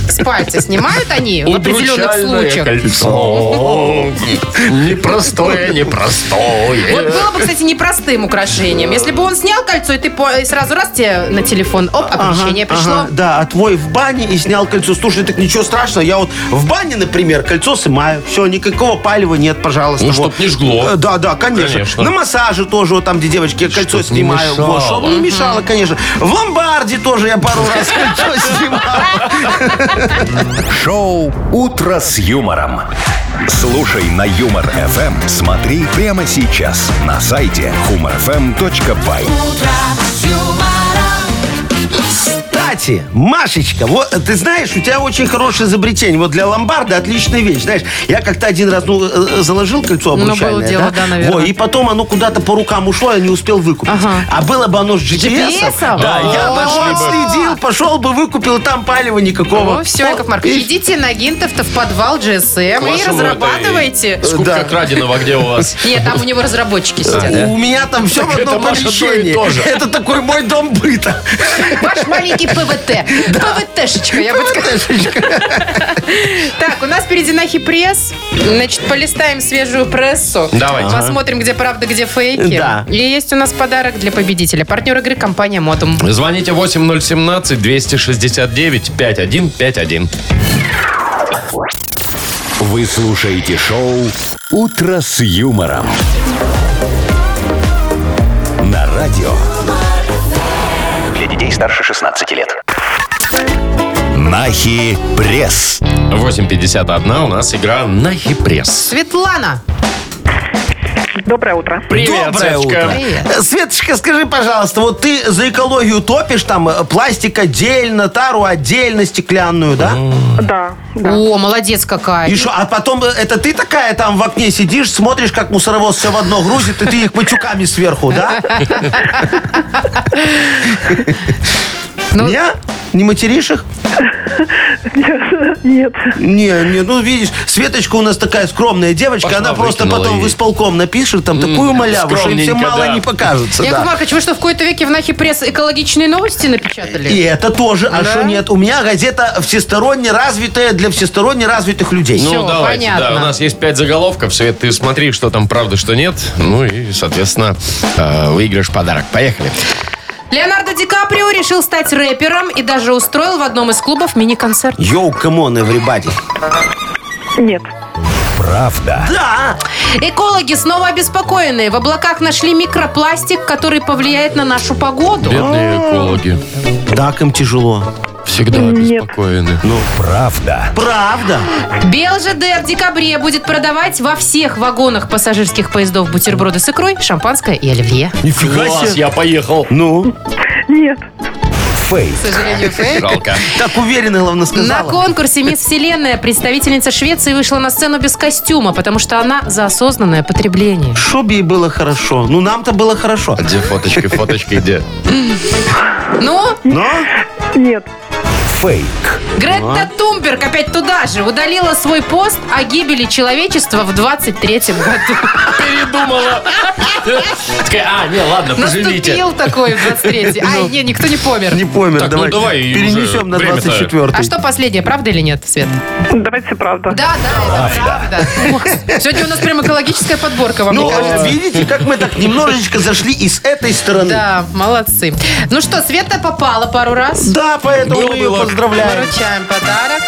с, с пальца снимают они в определенных
удручальное
случаях.
кольцо. Непростое,
Вот
непростое.
было бы, кстати, непростым украшением. Если бы он снял кольцо, и ты по- и сразу раз тебе на телефон, оп, оповещение
Ага,
пришло.
ага, да, а твой в бане и снял кольцо. Слушай, так ничего страшного. Я вот в бане, например, кольцо снимаю. Все, никакого палева нет, пожалуйста.
Ну, чтоб
Вот.
не жгло.
Э, Да, да, конечно.
Конечно.
На массаже тоже, вот там, где девочки, я кольцо
не
снимаю.
мешало.
чтобы не мешало, конечно. В ломбарде тоже я пару раз кольцо снимал.
Шоу «Утро с юмором». Слушай на Юмор ФМ. Смотри прямо сейчас на сайте humorfm.by.
Кстати, Машечка, вот э, ты знаешь, у тебя очень хорошее изобретение. Вот для ломбарда отличная вещь. Знаешь, я как-то один раз ну, э, заложил кольцо
Ну, было
обручальное.
дело, да, наверное.
Во, и потом оно куда-то по рукам ушло, я не успел выкупить.
Ага.
А было бы оно с GPS.
GPS -ом?
Да, я
О,
бы
пошли
вот
бы.
следил, пошел бы, выкупил, там палева никакого.
Ну, все, Яков Маркович,
Видишь?
идите на Гинтов-то в подвал
К
GSM и
вашему
разрабатывайте.
Скупка краденого где у вас?
Нет, там у него разработчики сидят.
У меня там все в
Так это,
одном
Маша, одно и
помещении.
то же.
Это такой мой дом быта.
Ваш маленький ПВТ. ПВТшечка, я бы сказала. Так, у нас впереди нахи пресс. Значит, полистаем свежую прессу.
Давайте.
Посмотрим, где правда, где фейки.
Да.
И есть у нас подарок для победителя. Партнер игры компания Модум.
Звоните 8017-269-5151.
Вы слушаете шоу «Утро с юмором». На радио. Для детей старше 16 лет. Нахи пресс.
8.51 у нас игра на хипресс.
Светлана.
Доброе утро.
Доброе
Привет, Светочка.
утро.
Привет.
Э, Светочка, скажи, пожалуйста, вот ты за экологию топишь там э, пластик отдельно, тару отдельно, стеклянную, да?
Да, да.
О, молодец какая.
И шо, а потом э, это ты такая там в окне сидишь, смотришь, как мусоровоз все в одно грузит, и ты их матюками сверху, да?
Ну-
Не? Не материшь их?
Нет.
Не, не, ну видишь, Светочка у нас такая скромная девочка,
Пошла,
она просто
выкинула
потом
ей.
в исполком напишет там такую маляву, что им
скромненько,
всем мало
да.
не покажется.
Яков
да.
Маркович, вы что, в какой-то веке в Нахи пресс экологичные новости напечатали?
И это тоже, а
Да?
что нет? У меня газета всесторонне развитая для всесторонне развитых людей.
Ну,
Всё,
давайте, да,
понятно.
у нас есть пять заголовков. Свет, ты смотри, что там правда, что нет. Ну и, соответственно, э, выиграешь подарок. Поехали.
Леонардо Ди Каприо решил стать рэпером и даже устроил в одном из клубов мини-концерт.
Йоу, камон, everybody.
Нет.
Правда.
Да,
Экологи снова обеспокоены. В облаках нашли микропластик, который повлияет на нашу погоду.
Бедные экологи.
так им тяжело.
Всегда обеспокоены.
Правда.
Правда.
БелЖД в декабре будет продавать во всех вагонах пассажирских поездов бутерброды с икрой, шампанское и оливье.
Нифига
Класс,
себе.
я поехал.
Ну,
Нет.
Фейк.
К сожалению, фейк.
Жалко.
так уверенно, главное,
На
сказала.
конкурсе «Мисс Вселенная» представительница Швеции вышла на сцену без костюма, потому что она за осознанное потребление.
Шубе ей было хорошо. Ну, нам-то было хорошо.
Где фоточки, фоточки где?
Ну,
Но
Нет.
Фейк.
Гретта Тумберг опять туда же удалила свой пост о гибели человечества в 23-м году.
Передумала. Такая, а, не, ладно, Ну, поживите.
Наступил такой в 23-й. Ай, не, никто не помер.
не помер.
Так, ну,
давай.
давай и уже
Перенесем на
время-то.
24
А что последнее, правда или нет, Свет?
Давайте правда.
Да, да, это правда. Сегодня у нас прям экологическая подборка вам,
Ну,
мне
а
кажется.
видите, как мы так немножечко зашли и с этой стороны.
Да, молодцы. Ну что, Света попала пару раз.
Да, поэтому мы ее
Было-было.
поздравляем.
Вручаем подарок.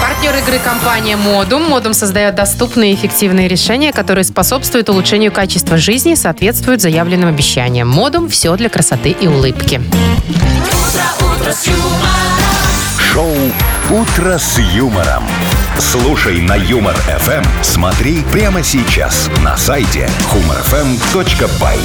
Партнер игры компания «Модум». «Модум» создает доступные и эффективные решения, которые способствуют улучшению качества жизни и соответствуют заявленным обещаниям. «Модум» – все для красоты и улыбки.
Шоу «Утро с юмором». Слушай на Юмор ФМ. Смотри прямо сейчас на сайте humorfm.by.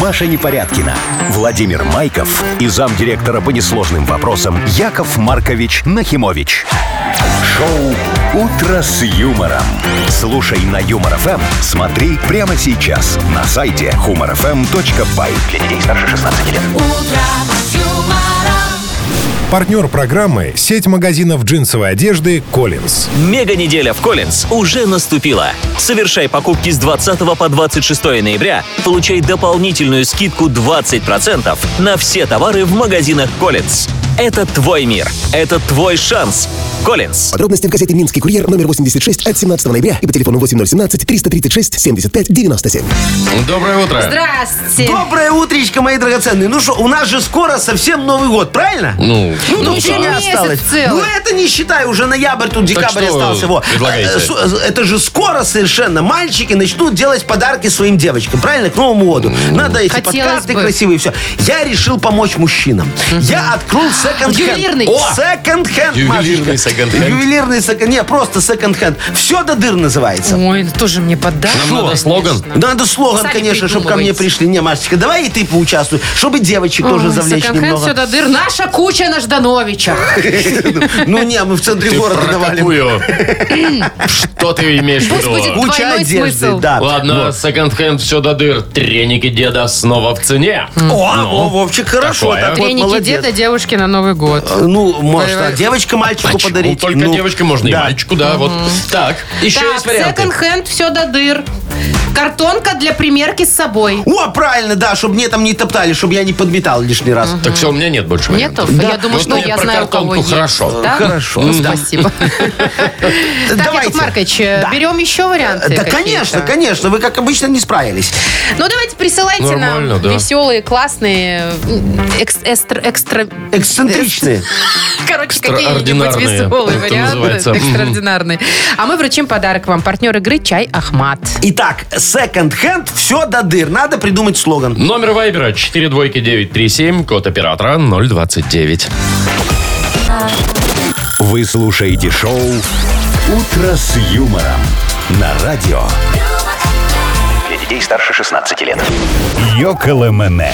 Маша Непорядкина, Владимир Майков и замдиректора по несложным вопросам Яков Маркович Нахимович. Шоу «Утро с юмором». Слушай на Юмор ФМ. Смотри прямо сейчас на сайте humorfm.by. Для детей старше 16 лет.
Партнер программы – сеть магазинов джинсовой одежды «Коллинз».
Мега неделя в Коллинз уже наступила. Совершай покупки с 20 по 26 ноября, получай дополнительную скидку 20% на все товары в магазинах Коллинз. Это твой мир. Это твой шанс. Коллинз.
Подробности в газете «Минский курьер» номер 86 от 17 ноября и по телефону 8017 336 75 97.
Доброе утро.
Здравствуйте.
Доброе утречко, мои драгоценные. Ну что, у нас же скоро совсем Новый год, правильно?
Ну,
Ну,
ну
тут
еще
не
месяц
осталось.
целый.
Ну, это не считай, уже ноябрь, тут декабрь
что
остался. Во.
предлагаете?
Э, су- Это же скоро совершенно. Мальчики начнут делать подарки своим девочкам, правильно? К Новому году.
Ну.
Надо эти
Хотелось
подкасты
бы.
красивые, все. Я решил помочь мужчинам. Я открыл секонд-хенд.
Ювелирный.
О! Секонд-хенд,
Ювелирный
Машечка.
секонд-хенд.
Ювелирный секонд Не, просто секонд-хенд. Все до дыр называется.
Ой, ну тоже мне подарок.
нам надо слоган.
Ну, Надо слоган,
Сами
конечно, чтобы ко мне
придумывайте.
пришли. Не, Машечка, давай и ты поучаствуй, чтобы девочек тоже завлечь
все
немного.
до дыр. Наша куча на Ждановича.
Ну не, мы в центре
Ты
города
про
давали.
какую? Что ты имеешь в
Пусть будет
виду?
Куча
Двойной
одежды,
смысл.
да.
Ладно, секонд-хенд все до дыр. Треники деда снова в цене.
О,
Ну,
о, Вовчик, хорошо.
Такое.
так вот,
Треники
молодец.
деда девушки на Новый год.
Э, Ну, можно девочка мальчику
Почему
подарить.
Только
ну,
девочка можно и
да.
мальчику, да, вот. Так, еще есть
Так,
варианты.
секонд-хенд, все до дыр. Картонка для примерки с собой.
О, правильно, да, чтобы мне там не топтали, чтобы я не подметал лишний раз.
Так все, у меня нет больше
Нету?
вариантов.
Я думаю,
Вот
что
мне
я
про
знаю, у кого
картонку
есть.
хорошо.
Да?
Хорошо.
Ну, спасибо. Так, Яков
Давайте.
Маркович, э,
Да.
берем еще варианты
Да,
какие-то?
конечно, конечно, вы, как обычно, не справились.
Ну, давайте присылайте
Нормально,
нам
да.
веселые, классные, м, экс- эстр- экстра...
Эксцентричные.
Короче, какие-нибудь
Экстраординарные.
веселые
Это
варианты.
называется. Мгм.
Экстраординарные. А мы вручим подарок вам. Партнер игры «Чай Ахмат».
Итак, секонд-хенд, все до дыр. Надо придумать слоган.
Номер вайбера 42937, код оператора 029.
Вы слушаете шоу «Утро с юмором» на радио. Для детей старше 16 лет. Йоколэмэне.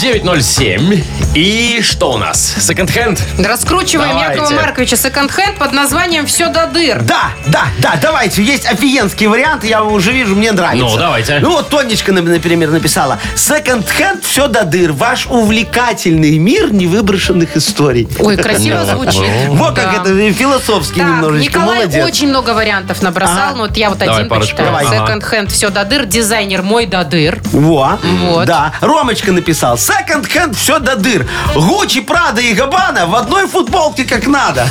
907. И что у нас? Секонд-хенд?
Раскручиваем
Давайте.
Якова Марковича секонд-хенд под названием «Все до дыр».
Да, да, да, давайте. Есть офигенские варианты, я уже вижу, мне нравится.
Ну, давайте.
Ну, вот Тонечка, на- например, написала. Секонд-хенд, все до дыр. Ваш увлекательный мир невыброшенных историй.
Ой, красиво звучит.
Вот
Да.
как это э, философски
Так,
немножечко.
Николай
Молодец. А?
очень много вариантов набросал.
Ага.
Ну, вот я вот
Давай
один
парочку.
почитаю.
Давай.
Секонд-хенд, все до дыр. Дизайнер мой до дыр.
Во.
Вот.
Да. Ромочка написал. Секонд-хенд, все до дыр. Гуччи, Прада и Габана в одной футболке как надо.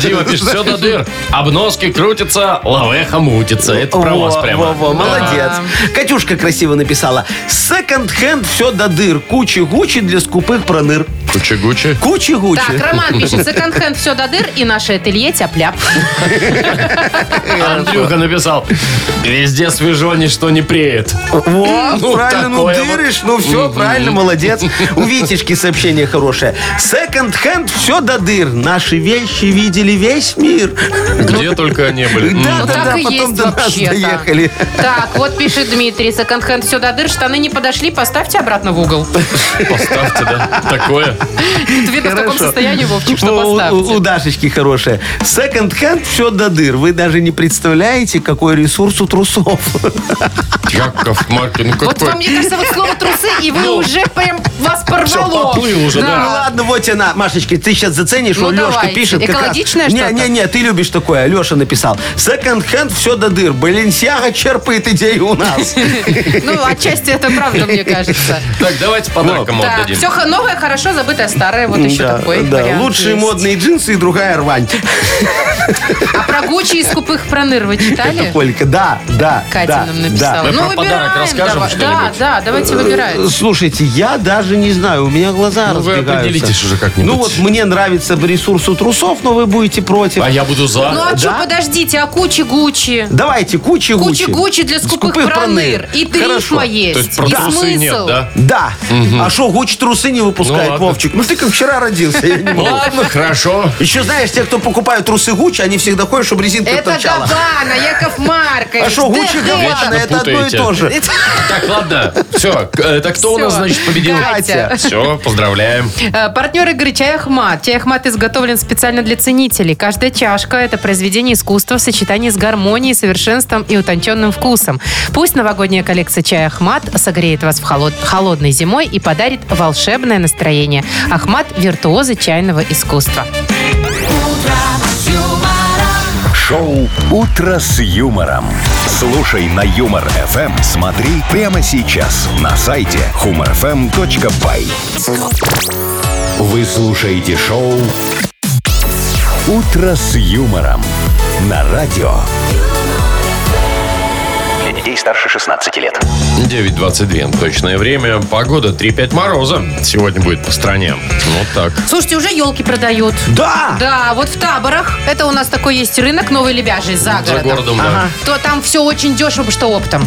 Дима пишет, все до дыр. Обноски крутятся, лавеха мутится. Это про вас
Во,
прямо.
во, во, молодец. Катюшка красиво написала. Секонд-хенд, все до дыр. Кучи-гучи для скупых проныр.
Кучи-гучи.
Кучи-гучи.
Так, Роман пишет, секонд-хенд, все до дыр. И наше ателье тяп-ляп.
Андрюха написал, везде свежо, ничто не преет.
Во,
Ну,
правильно, ну
такое вот.
дыришь, ну все, правильно, молодец. У Витечки сообщение хорошее. Секонд-хенд, все до дыр. Наши вещи видели весь мир.
Где только они были.
Да,
Ну,
да,
так
да,
и
потом
есть
до нас
вообще-то.
доехали.
Так, вот пишет Дмитрий, секонд-хенд, все до дыр. Штаны не подошли, поставьте обратно в угол.
Ну, Поставьте, да, такое.
Тут видно, в таком
Хорошо.
состоянии, Вовчик, Ну, что
У- у- У,
поставьте.
Дашечки хорошее. Секонд-хенд, все до дыр. Вы даже не представляете, какой ресурс у трусов.
Яков Маркин, ну
Вот
какой?
вам, мне кажется, вот слово трусы, и вы уже прям вас порвало.
поплыл уже, да.
Ну ладно, вот она, Машечка, ты сейчас заценишь,
Ну,
что Лешка
давайте.
пишет. как раз.
Экологичное
Не,
что-то?
не, не, ты любишь такое, Леша написал. Секонд-хенд, все до дыр. Баленсиага черпает идею у нас.
Ну, отчасти это правда, мне кажется.
Так, давайте подарком ему
Так,
отдадим.
все новое, хорошо, забытое старое. Вот еще
Да,
такой
да.
вариант
Лучшие
есть.
модные джинсы и другая рвань.
А про Гуччи и скупых проныр вы читали?
Колька, да, да,
Катя
да, Э,
нам написала. Ну,
да.
Мы про подарок
выбираем
расскажем
давай. Да,
что-нибудь?
да, давайте выбирать.
Слушайте, я даже не знаю, у меня глаза
Ну, вы
разбегаются.
определитесь уже как-нибудь.
Ну вот мне нравится ресурс у трусов, но вы будете против.
А я буду за.
Ну а что,
да?
подождите, а Кучи-Гучи?
Давайте, кучи-гучи.
Кучи-Гучи для скупых проныр. И три
Хорошо.
рифма
То
есть.
есть про
И
трусы нет,
смысл.
да?
Да. А что, Гуччи трусы не
Ну,
выпускает,
ладно. Ну.
Вовчик? Ну ты как вчера родился, я не могу.
Ладно, хорошо.
Еще знаешь, те, кто покупают трусы Гуччи, они всегда ходят, чтобы резинка
Это
торчала.
Габана, Яков Маркович.
А что, Гуччи
Да
Гавана,
Вечно
это одно и
путаете.
то же.
Так, ладно. Все, это кто у
Всё.
нас, значит, победил?
Катя.
Все, поздравляем.
Э, Партнер игры «Чай Ахмат». «Чай Ахмат» изготовлен специально для ценителей. Каждая чашка – это произведение искусства в сочетании с гармонией, совершенством и утонченным вкусом. Пусть новогодняя коллекция «Чай Ахмат» согреет вас в холод- холодной зимой и подарит волшебное настроение. «Ахмат» – виртуозы чайного искусства.
Шоу «Утро с юмором». Слушай на Юмор ФМ. Смотри прямо сейчас на сайте humorfm.by. Вы слушаете шоу «Утро с юмором» на радио. Для детей старше 16 лет.
9.22. Точное время. Погода 3-5 мороза. Сегодня будет по стране. Вот так.
Слушайте, уже елки продают.
Да!
Да, вот в таборах. Это у нас такой есть рынок новый лебяжий за
За
городом.
городом, да.
То там все очень дешево, что оптом.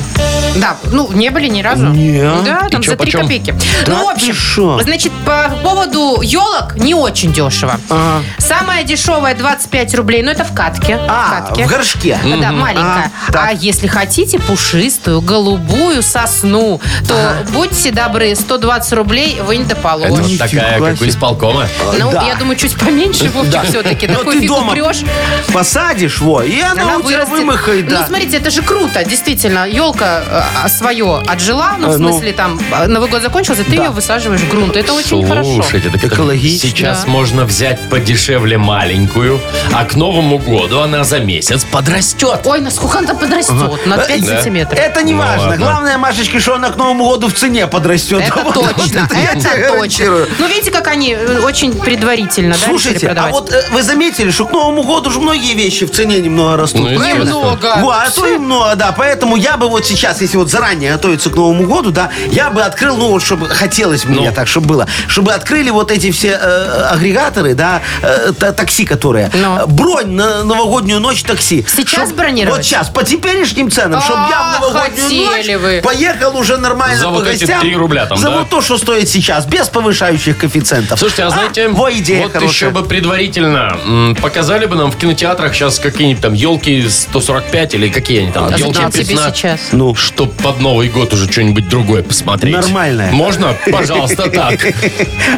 Да, ну, не были ни разу. Нет. Да, там
И чё,
за 3
почём?
копейки. ну, в общем,
ты шо?
значит, по поводу елок не очень дешево.
Ага.
Самая дешевая 25 рублей, но это в катке. в
А,
катке.
в горшке.
Да, маленькая.
А, так.
А, если хотите пушистую, голубую сосну, то будьте добры, 120 рублей вы не
Это
доположите.
вот такая, как бы
себе. Э,
исполкома.
Ну,
да.
я думаю, чуть поменьше Вовчик
Да.
все-таки.
Но
Такую
ты
фигу
дома
прешь,
Посадишь, во, и она,
она
у тебя
вырастет.
вымахает, да.
Ну, смотрите, это же круто, действительно. Елка свое отжила, ну,
Э,
в
ну.
смысле, там, э, Новый год закончился, ты ее высаживаешь в грунт. Это очень хорошо.
Слушайте, так это
Экологично.
Сейчас можно взять подешевле маленькую, а к Новому году она за месяц подрастет.
Ой, насколько она подрастет? На 5
да.
сантиметров.
Это не
Ну,
важно.
ладно.
Главное, Машечка, что она к Новому году в цене подрастет.
Это
Вот,
точно,
вот это я
это
тебе
точно.
гарантирую.
Ну, видите, как они э, очень предварительно, да, решили
Слушайте, а
продавать?
вот э, вы заметили, что к Новому году же многие вещи в цене немного растут.
Ну, и
правильно?
немного.
Во, а то и много, да. Поэтому я бы вот сейчас, если вот заранее готовиться к Новому году, да, я бы открыл, ну вот, чтобы хотелось
Ну.
мне так, чтобы было, чтобы открыли вот эти все э, агрегаторы, да, э, та- такси, которые.
Ну.
Э, Бронь на новогоднюю ночь такси.
Сейчас
Чтоб-
бронировать?
Вот сейчас, по теперешним ценам, чтобы я
А,
в новогоднюю
хотели
ночь
вы.
поехал уже нормально
За
по
вот эти
гостям.
три рубля там,
За
да?
вот то, что стоит сейчас, без повышающих коэффициентов.
Слушайте, а знаете,
во идея
вот
хорошая.
еще бы предварительно м, показали бы нам в кинотеатрах сейчас какие-нибудь там елки 145 или какие они там,
А
елки
зачем тебе
15.
сейчас?
Ну, чтоб под Новый год уже что-нибудь другое посмотреть.
Нормальное.
Можно? Пожалуйста, так.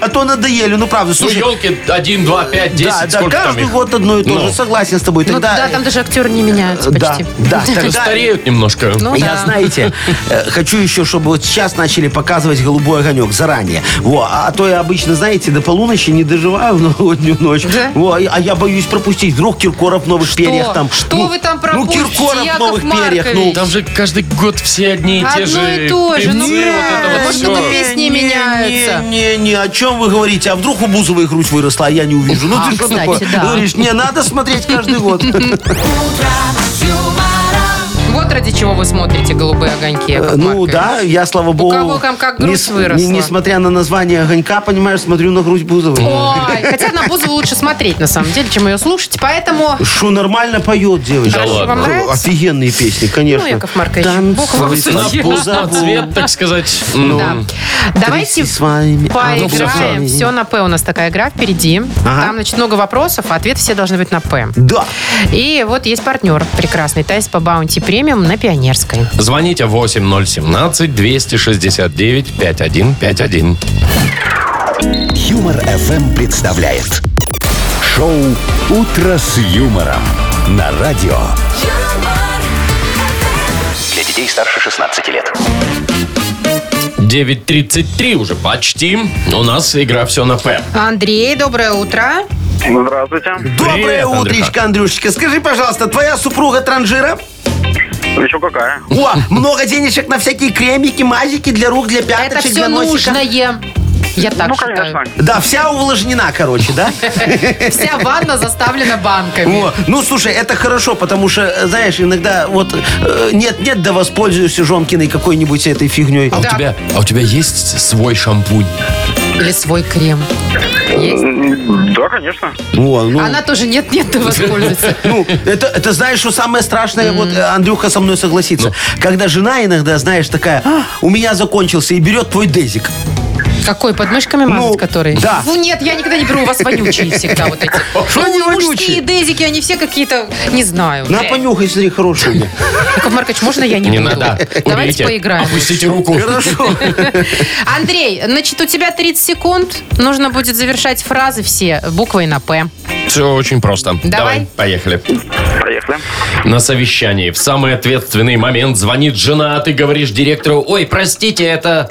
А то надоели, ну правда,
Ну,
слушай.
елки 1, 2, 5, 10,
да, да,
сколько там
каждый
их?
год одно и то
Ну.
же, согласен с тобой.
Ну,
Тогда,
да, там даже актеры не меняются
да,
почти.
да,
Ну,
тогда...
Стареют немножко.
Ну,
Я,
да.
знаете, э, хочу еще, чтобы вот сейчас начали показывать голубой огонек заранее. Во, а то я обычно, знаете, до полуночи не доживаю в новогоднюю ночь.
Да?
Во, и- а я боюсь пропустить. Вдруг Киркоров в новых перьях там.
Что
Ну,
вы там
Ну,
пропустите,
Киркоров в
Яков
новых перьях. Ну,
Маркович?
Там же каждый год все одни и те
Одно
же
и то же, ну,
певцы, вот это
правильно.
вот
Может,
всё.
это песни
Не, не,
меняются.
Не, не, о чем вы говорите? А вдруг у Бузовой грудь выросла, а я не увижу. Ну
А,
ты что
кстати,
такое?
да.
Говоришь, не надо смотреть каждый год.
Вот ради чего вы смотрите «Голубые огоньки», Яков
Ну
Маркович.
да, я, слава богу.
кого там как грудь
нес-
выросла.
не- Несмотря на название огонька, понимаешь, смотрю на грудь Бузовой.
Ой, хотя на Бузову лучше смотреть, на самом деле, чем ее слушать. Поэтому,
Шо нормально поет девочка.
Хорошо, вам
О,
нравится?
Офигенные песни, конечно.
ну, Яков Маркович, бог вам
Танцует
На
судья.
пустой
Забыл.
цвет, так сказать.
а
Ну,
Да. Давайте
тряси с вами.
поиграем.
Ну, всё.
все на «П» у нас такая игра впереди. Там, значит, много вопросов, а ответы все должны быть на «П».
Да.
И вот есть партнер прекрасный, Тайс по Баунти Премиум на Пионерской.
Звоните 8017-269-5151.
Юмор FM представляет шоу Утро с юмором на радио. Для детей старше 16 лет.
9.33 уже почти. У нас игра все на П.
Андрей, доброе утро.
Здравствуйте.
Доброе
Привет, Андрюха.
утречко, Андрюшечка. Скажи, пожалуйста, твоя супруга транжира?
Еще Ну, какая?
О, много денежек на всякие кремики, мазики для рук, для
Это
пяточек,
все
для носика.
нужное. Я так
ну,
считаю.
конечно.
Да, вся увлажнена, короче, да?
Вся ванна заставлена банками.
О, ну, слушай, это хорошо, потому что, э, знаешь, иногда вот э, нет-нет, да воспользуюсь Жонкиной какой-нибудь этой фигней.
А у,
Да.
тебя, а у тебя есть свой шампунь?
Или свой крем. Есть?
М, Да, конечно.
О, ну,
Она тоже нет-нет, да воспользуется.
ну, это, это знаешь, что самое страшное, вот э, Андрюха со мной согласится,
Ну.
когда жена иногда, знаешь, такая, «А, у меня закончился, и берет твой дезик.
Какой, под мышками мазать,
Ну,
который?
да.
Ну нет, я никогда не беру, у вас вонючие всегда вот эти.
Что
Ну,
они
Мужские
вонючие?
дезики, они все какие-то, не знаю.
На, понюхай, смотри, хорошие.
Яков Маркович, можно я не
Не
буду?
надо.
Давайте
Уберите.
поиграем.
Опустите руку.
Хорошо.
Андрей, значит, у тебя 30 секунд. Нужно будет завершать фразы все буквой на «П».
Все очень просто.
Давай.
поехали.
Проехали.
На совещании в самый ответственный момент звонит жена, а ты говоришь директору, ой, простите, это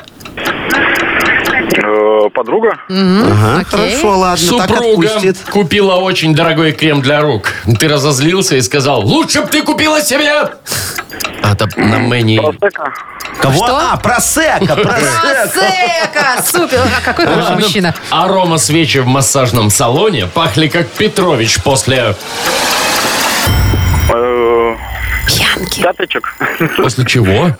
Э, Подруга?
А?
Ага,
Окей.
Хорошо, ладно, Ну, так
супруга
отпустит.
купила очень дорогой крем для рук. Ты разозлился и сказал, лучше бы ты купила себе А там на Мэне...
Полсека.
Кого?
Что?
А, просека, просека.
Сека! Супер! А Какой хороший мужчина.
Арома свечи в массажном салоне пахли как Петрович после...
Э,
Пьянки.
Пяточек.
После чего?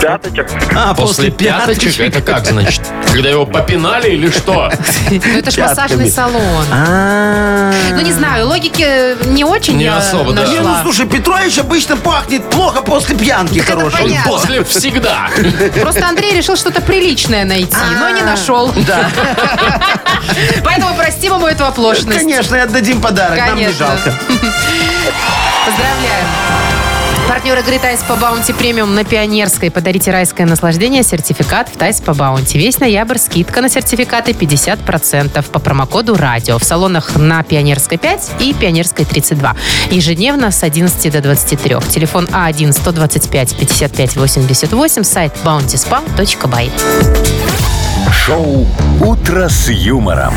Пяточек.
А,
После пяточек? э? Это как, значит? Когда его попинали или что?
Ну, это ж массажный салон.
А.
Ну, не знаю, логики э, не очень
Не
я
особо, да.
Не,
нашла.
ну слушай, Петрович обычно пахнет плохо после пьянки
это
хорошей.
понятно.
После всегда.
Просто Андрей решил что-то приличное найти, но
А.
не нашел. Да. Поэтому прости ему эту оплошность.
Конечно, и отдадим подарок, нам не
Конечно.
жалко.
Поздравляем. Партнер игры «Тайс по баунти премиум» на Пионерской. Подарите райское наслаждение, сертификат в «Тайс по баунти». Весь ноябрь скидка на сертификаты 50% по промокоду «Радио» в салонах на Пионерской 5 и Пионерской 32. Ежедневно с 11 до 23. Телефон А А1-125-55-88, сайт bountyspa.by.
Шоу «Утро с юмором».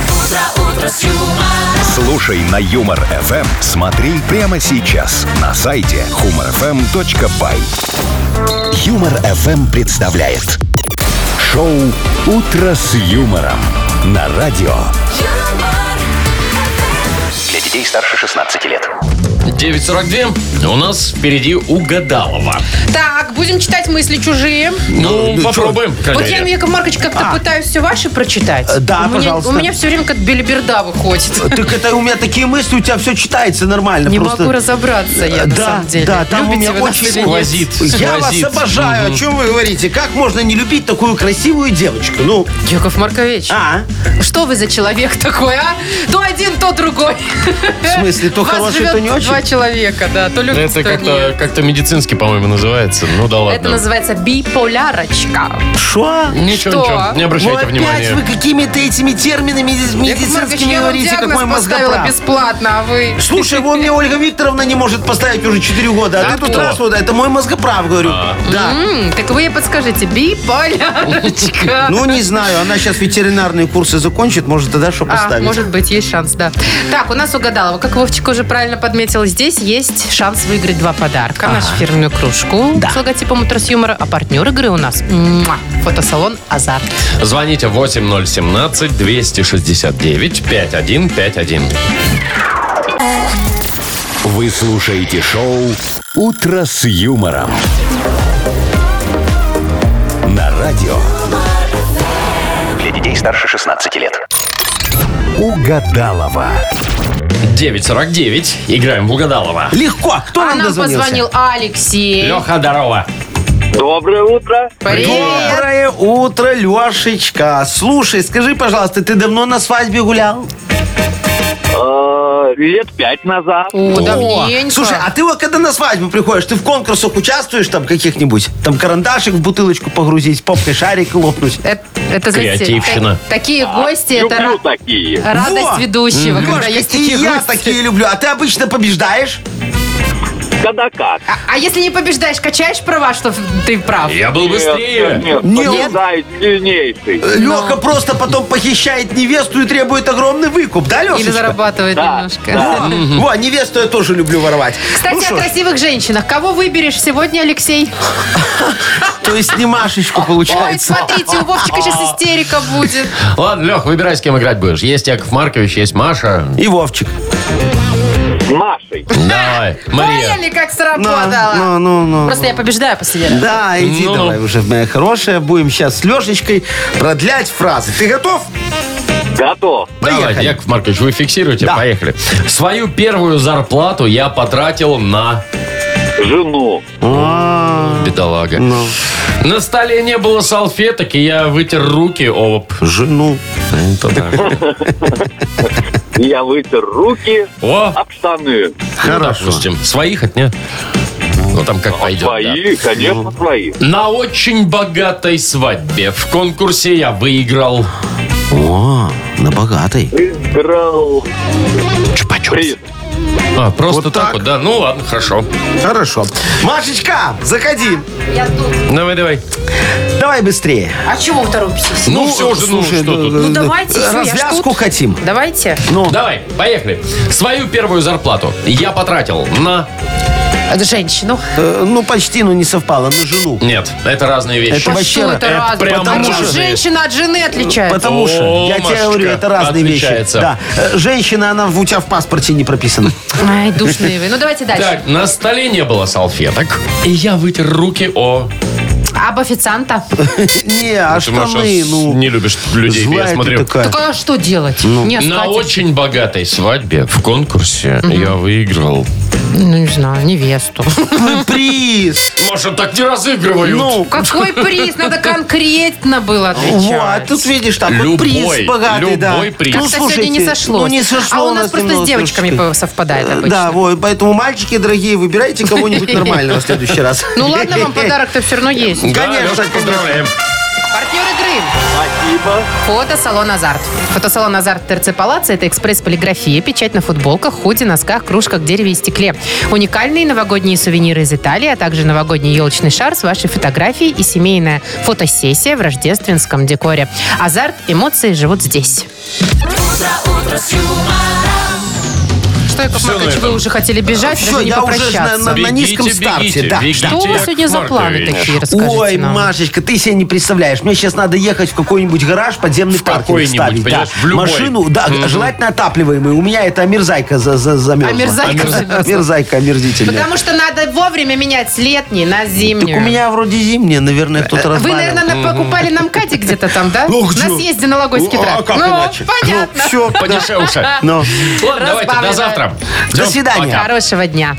Слушай на Юмор ФМ. Смотри прямо сейчас на сайте humorfm.by. Юмор ФМ представляет шоу Утро с юмором на радио. Для детей старше 16 лет.
9.42. У нас впереди угадалова.
Так, будем читать мысли чужие.
Ну, попробуем.
Вот я, Яков Маркович, как-то пытаюсь все ваши прочитать.
Э, А. да,
У меня-
пожалуйста.
У меня все время как белиберда выходит.
Так это у меня такие мысли, у тебя все читается нормально.
Не
просто.
могу разобраться я, на
Да,
самом деле.
да, там у
Любите
меня
вы нас
очень
или нет?
Сквозит.
Я вас
сквозит.
обожаю, о чем вы говорите? Как можно не любить такую красивую девочку? Ну,
Яков Маркович,
а?
что вы за человек такой, а? То один, то другой. В
смысле, то хороший, то не очень?
два человека, да, то любите,
Ну,
то
Это как-то
нет.
как-то медицински, по-моему, называется. Ну да
Это
ладно.
называется биполярочка.
Шо?
Ничего,
Что?
ничего. Не
Ну
обращайте
опять вы
внимания.
какими-то этими терминами меди-
Яков Маркович,
медицинскими
я вам
говорите, как
диагноз
мой
поставила
мозгоправ.
бесплатно, а вы...
Слушай, вон мне Ольга Викторовна не может поставить уже 4 года, а
Да
ты тут
кто? А.
раз вот, это мой мозгоправ, говорю. Да.
М, так вы ей подскажите, биполярочка.
Ну, не знаю, она сейчас ветеринарные курсы закончит, может, тогда что
А,
поставить.
может быть, есть шанс, да. Так, у нас угадалово. Как Вовчик уже правильно подметил, здесь есть шанс выиграть два подарка. Нашу фирменную кружку с логотипом «Утро с юмора», а партнер игры у нас муа, фотосалон «Азарт».
Звоните 8017-269-5151.
Вы слушаете шоу «Утро с юмором» на радио. Для детей старше 16 лет. Угадалова.
9.49. Играем в Угадалова.
Легко. Кто
А
нам
нам
дозвонился?
позвонил Алексей.
Леха, здорово.
Доброе утро.
Привет.
Доброе утро, Лешечка. Слушай, скажи, пожалуйста, ты давно на свадьбе гулял?
Э, Лет пять назад.
О,
О,
давненько.
Слушай, а ты вот когда на свадьбу приходишь, ты в конкурсах участвуешь там каких-нибудь? Там карандашик в бутылочку погрузить, попкой шарик лопнуть.
это, это, знаете,
Креативщина.
та- такие гости, это
А, Люблю
ра-
такие.
радость
Во!
ведущего, когда
Лёшка,
есть
и
такие
я
гости.
такие люблю. А ты обычно побеждаешь?
Когда как.
А, а если не побеждаешь, качаешь права, что ты прав?
Я был быстрее.
Нет,
Нет.
нет, побеждает сильнейший.
Леха просто потом похищает невесту и требует огромный выкуп, да, Лешечка?
Или зарабатывает
Да,
немножко.
Во, во, невесту я тоже люблю воровать.
Кстати,
Ну
о
что ж,
красивых женщинах. Кого выберешь сегодня, Алексей?
то есть не Машечку
Ой,
получается.
смотрите, у Вовчика сейчас истерика будет.
Ладно, Лех, выбирай, с кем играть будешь. Есть Яков Маркович, есть Маша.
И Вовчик.
С Машей.
Давай, Мария.
Поняли, как
Ну,
сработало?
ну, ну, ну.
Просто я побеждаю последний раз.
Да, иди
Ну.
давай уже, моя хорошая. Будем сейчас с Лешечкой продлять фразы. Ты готов?
Готов.
Давай,
Поехали.
Яков Маркович, вы фиксируете,
Да.
поехали. Свою первую зарплату я потратил на...
Жену.
А,
Бедолага.
ну.
На столе не было салфеток, и я вытер руки об... Ну,
Жену.
Это да.
Я вытер руки
О,
об штаны.
Хорошо.
допустим. Своих от нет? Ну, там как пойдет. да.
Твои, А
Ну.
конечно, твои.
На очень богатой свадьбе в конкурсе я выиграл...
О, на богатой.
Играл. Приз.
А, просто
Вот
так?
так?
вот, да? Ну, ладно, хорошо.
Хорошо. Машечка, заходи.
Давай, давай.
Давай быстрее.
А чего вы торопитесь?
Ну, все же, ну,
слушай,
что
да,
тут?
да,
Ну,
да.
давайте, всё, я ж
Развязку
тут.
хотим.
Давайте.
Давай, поехали. Свою первую зарплату я потратил на...
Э, Женщину.
Э, ну, почти, но не совпало. Ну, жену.
Нет, это разные вещи.
Это
А
вообще
что это
это
разное?
прям
А чем
разные.
женщина от жены отличается?
Потому что,
Э, О,
я тебе
Машечка,
говорю, это разные вещи.
отличается.
Да. Э, Женщина, она в- у тебя в паспорте не прописана.
Ай, душные вы. Ну, давайте дальше.
Так, на столе не было салфеток. И я вытер руки о...
Об официанта.
Не, а
Ты, Маша,
штаны,
с-
ну...
не любишь людей,
злая
я
ты
смотрю.
такая.
Так а что делать?
Ну.
Не
На
скатерть.
очень богатой свадьбе в конкурсе я выиграл.
Ну, не знаю, невесту.
Приз!
Маша, так не разыгрывают.
Ну,
Какой приз? Надо конкретно было
вот,
отвечать.
тут видишь, так,
Любой,
вот приз богатый, да.
любой приз.
Как-то сегодня не сошлось.
Ну, не сошло
а у нас просто
немного,
с девочками
слушайте.
по- совпадает
Э,
обычно.
Да, вот, поэтому, мальчики дорогие, выбирайте кого-нибудь нормального в следующий раз.
Ну ладно, вам подарок-то все равно есть.
Да,
конечно,
Лёшка,
конечно.
поздравляем.
Партнер игры.
Спасибо.
Фотосалон «Азарт». Фотосалон «Азарт» ТРЦ «Палаца» — это экспресс-полиграфия, печать на футболках, худи, носках, кружках, дереве и стекле. Уникальные новогодние сувениры из Италии, а также новогодний елочный шар с вашей фотографией и семейная фотосессия в рождественском декоре. «Азарт» — эмоции живут здесь. Что, Яков
Всё на
Маркович, вы
этом.
уже хотели бежать,
Всё,
даже не
я уже
попрощаться.
на- на низком
Бегите,
старте,
бегите,
да,
бегите,
Что у вас
Яков
сегодня за планы
Маркович.
такие, расскажите
Ой,
нам.
Машечка, ты себе не представляешь. Мне сейчас надо ехать в какой-нибудь гараж, подземный
В
паркинг
какой-нибудь,
ставить. да.
понимаешь, в любой.
Машину, да, желательно отапливаемый. У меня это омерзайка за, за, замерзла.
Омерзайка замерзла.
Омерзайка, омерзительная.
Потому что надо вовремя менять с летней на
Так
зимнюю.
у меня вроде зимняя, наверное, кто-то
Вы,
разбавил.
наверное, на- покупали на МКАДе где-то там, да?
Ну, где?
На съезде на Логойский
Ну, а
тракт.
как иначе?
Ну, понятно.
Все,
Подешевше.
ну.
Ладно, давайте,
Разбавлено.
до завтра.
До
Всё,
свидания.
пока.
Хорошего дня.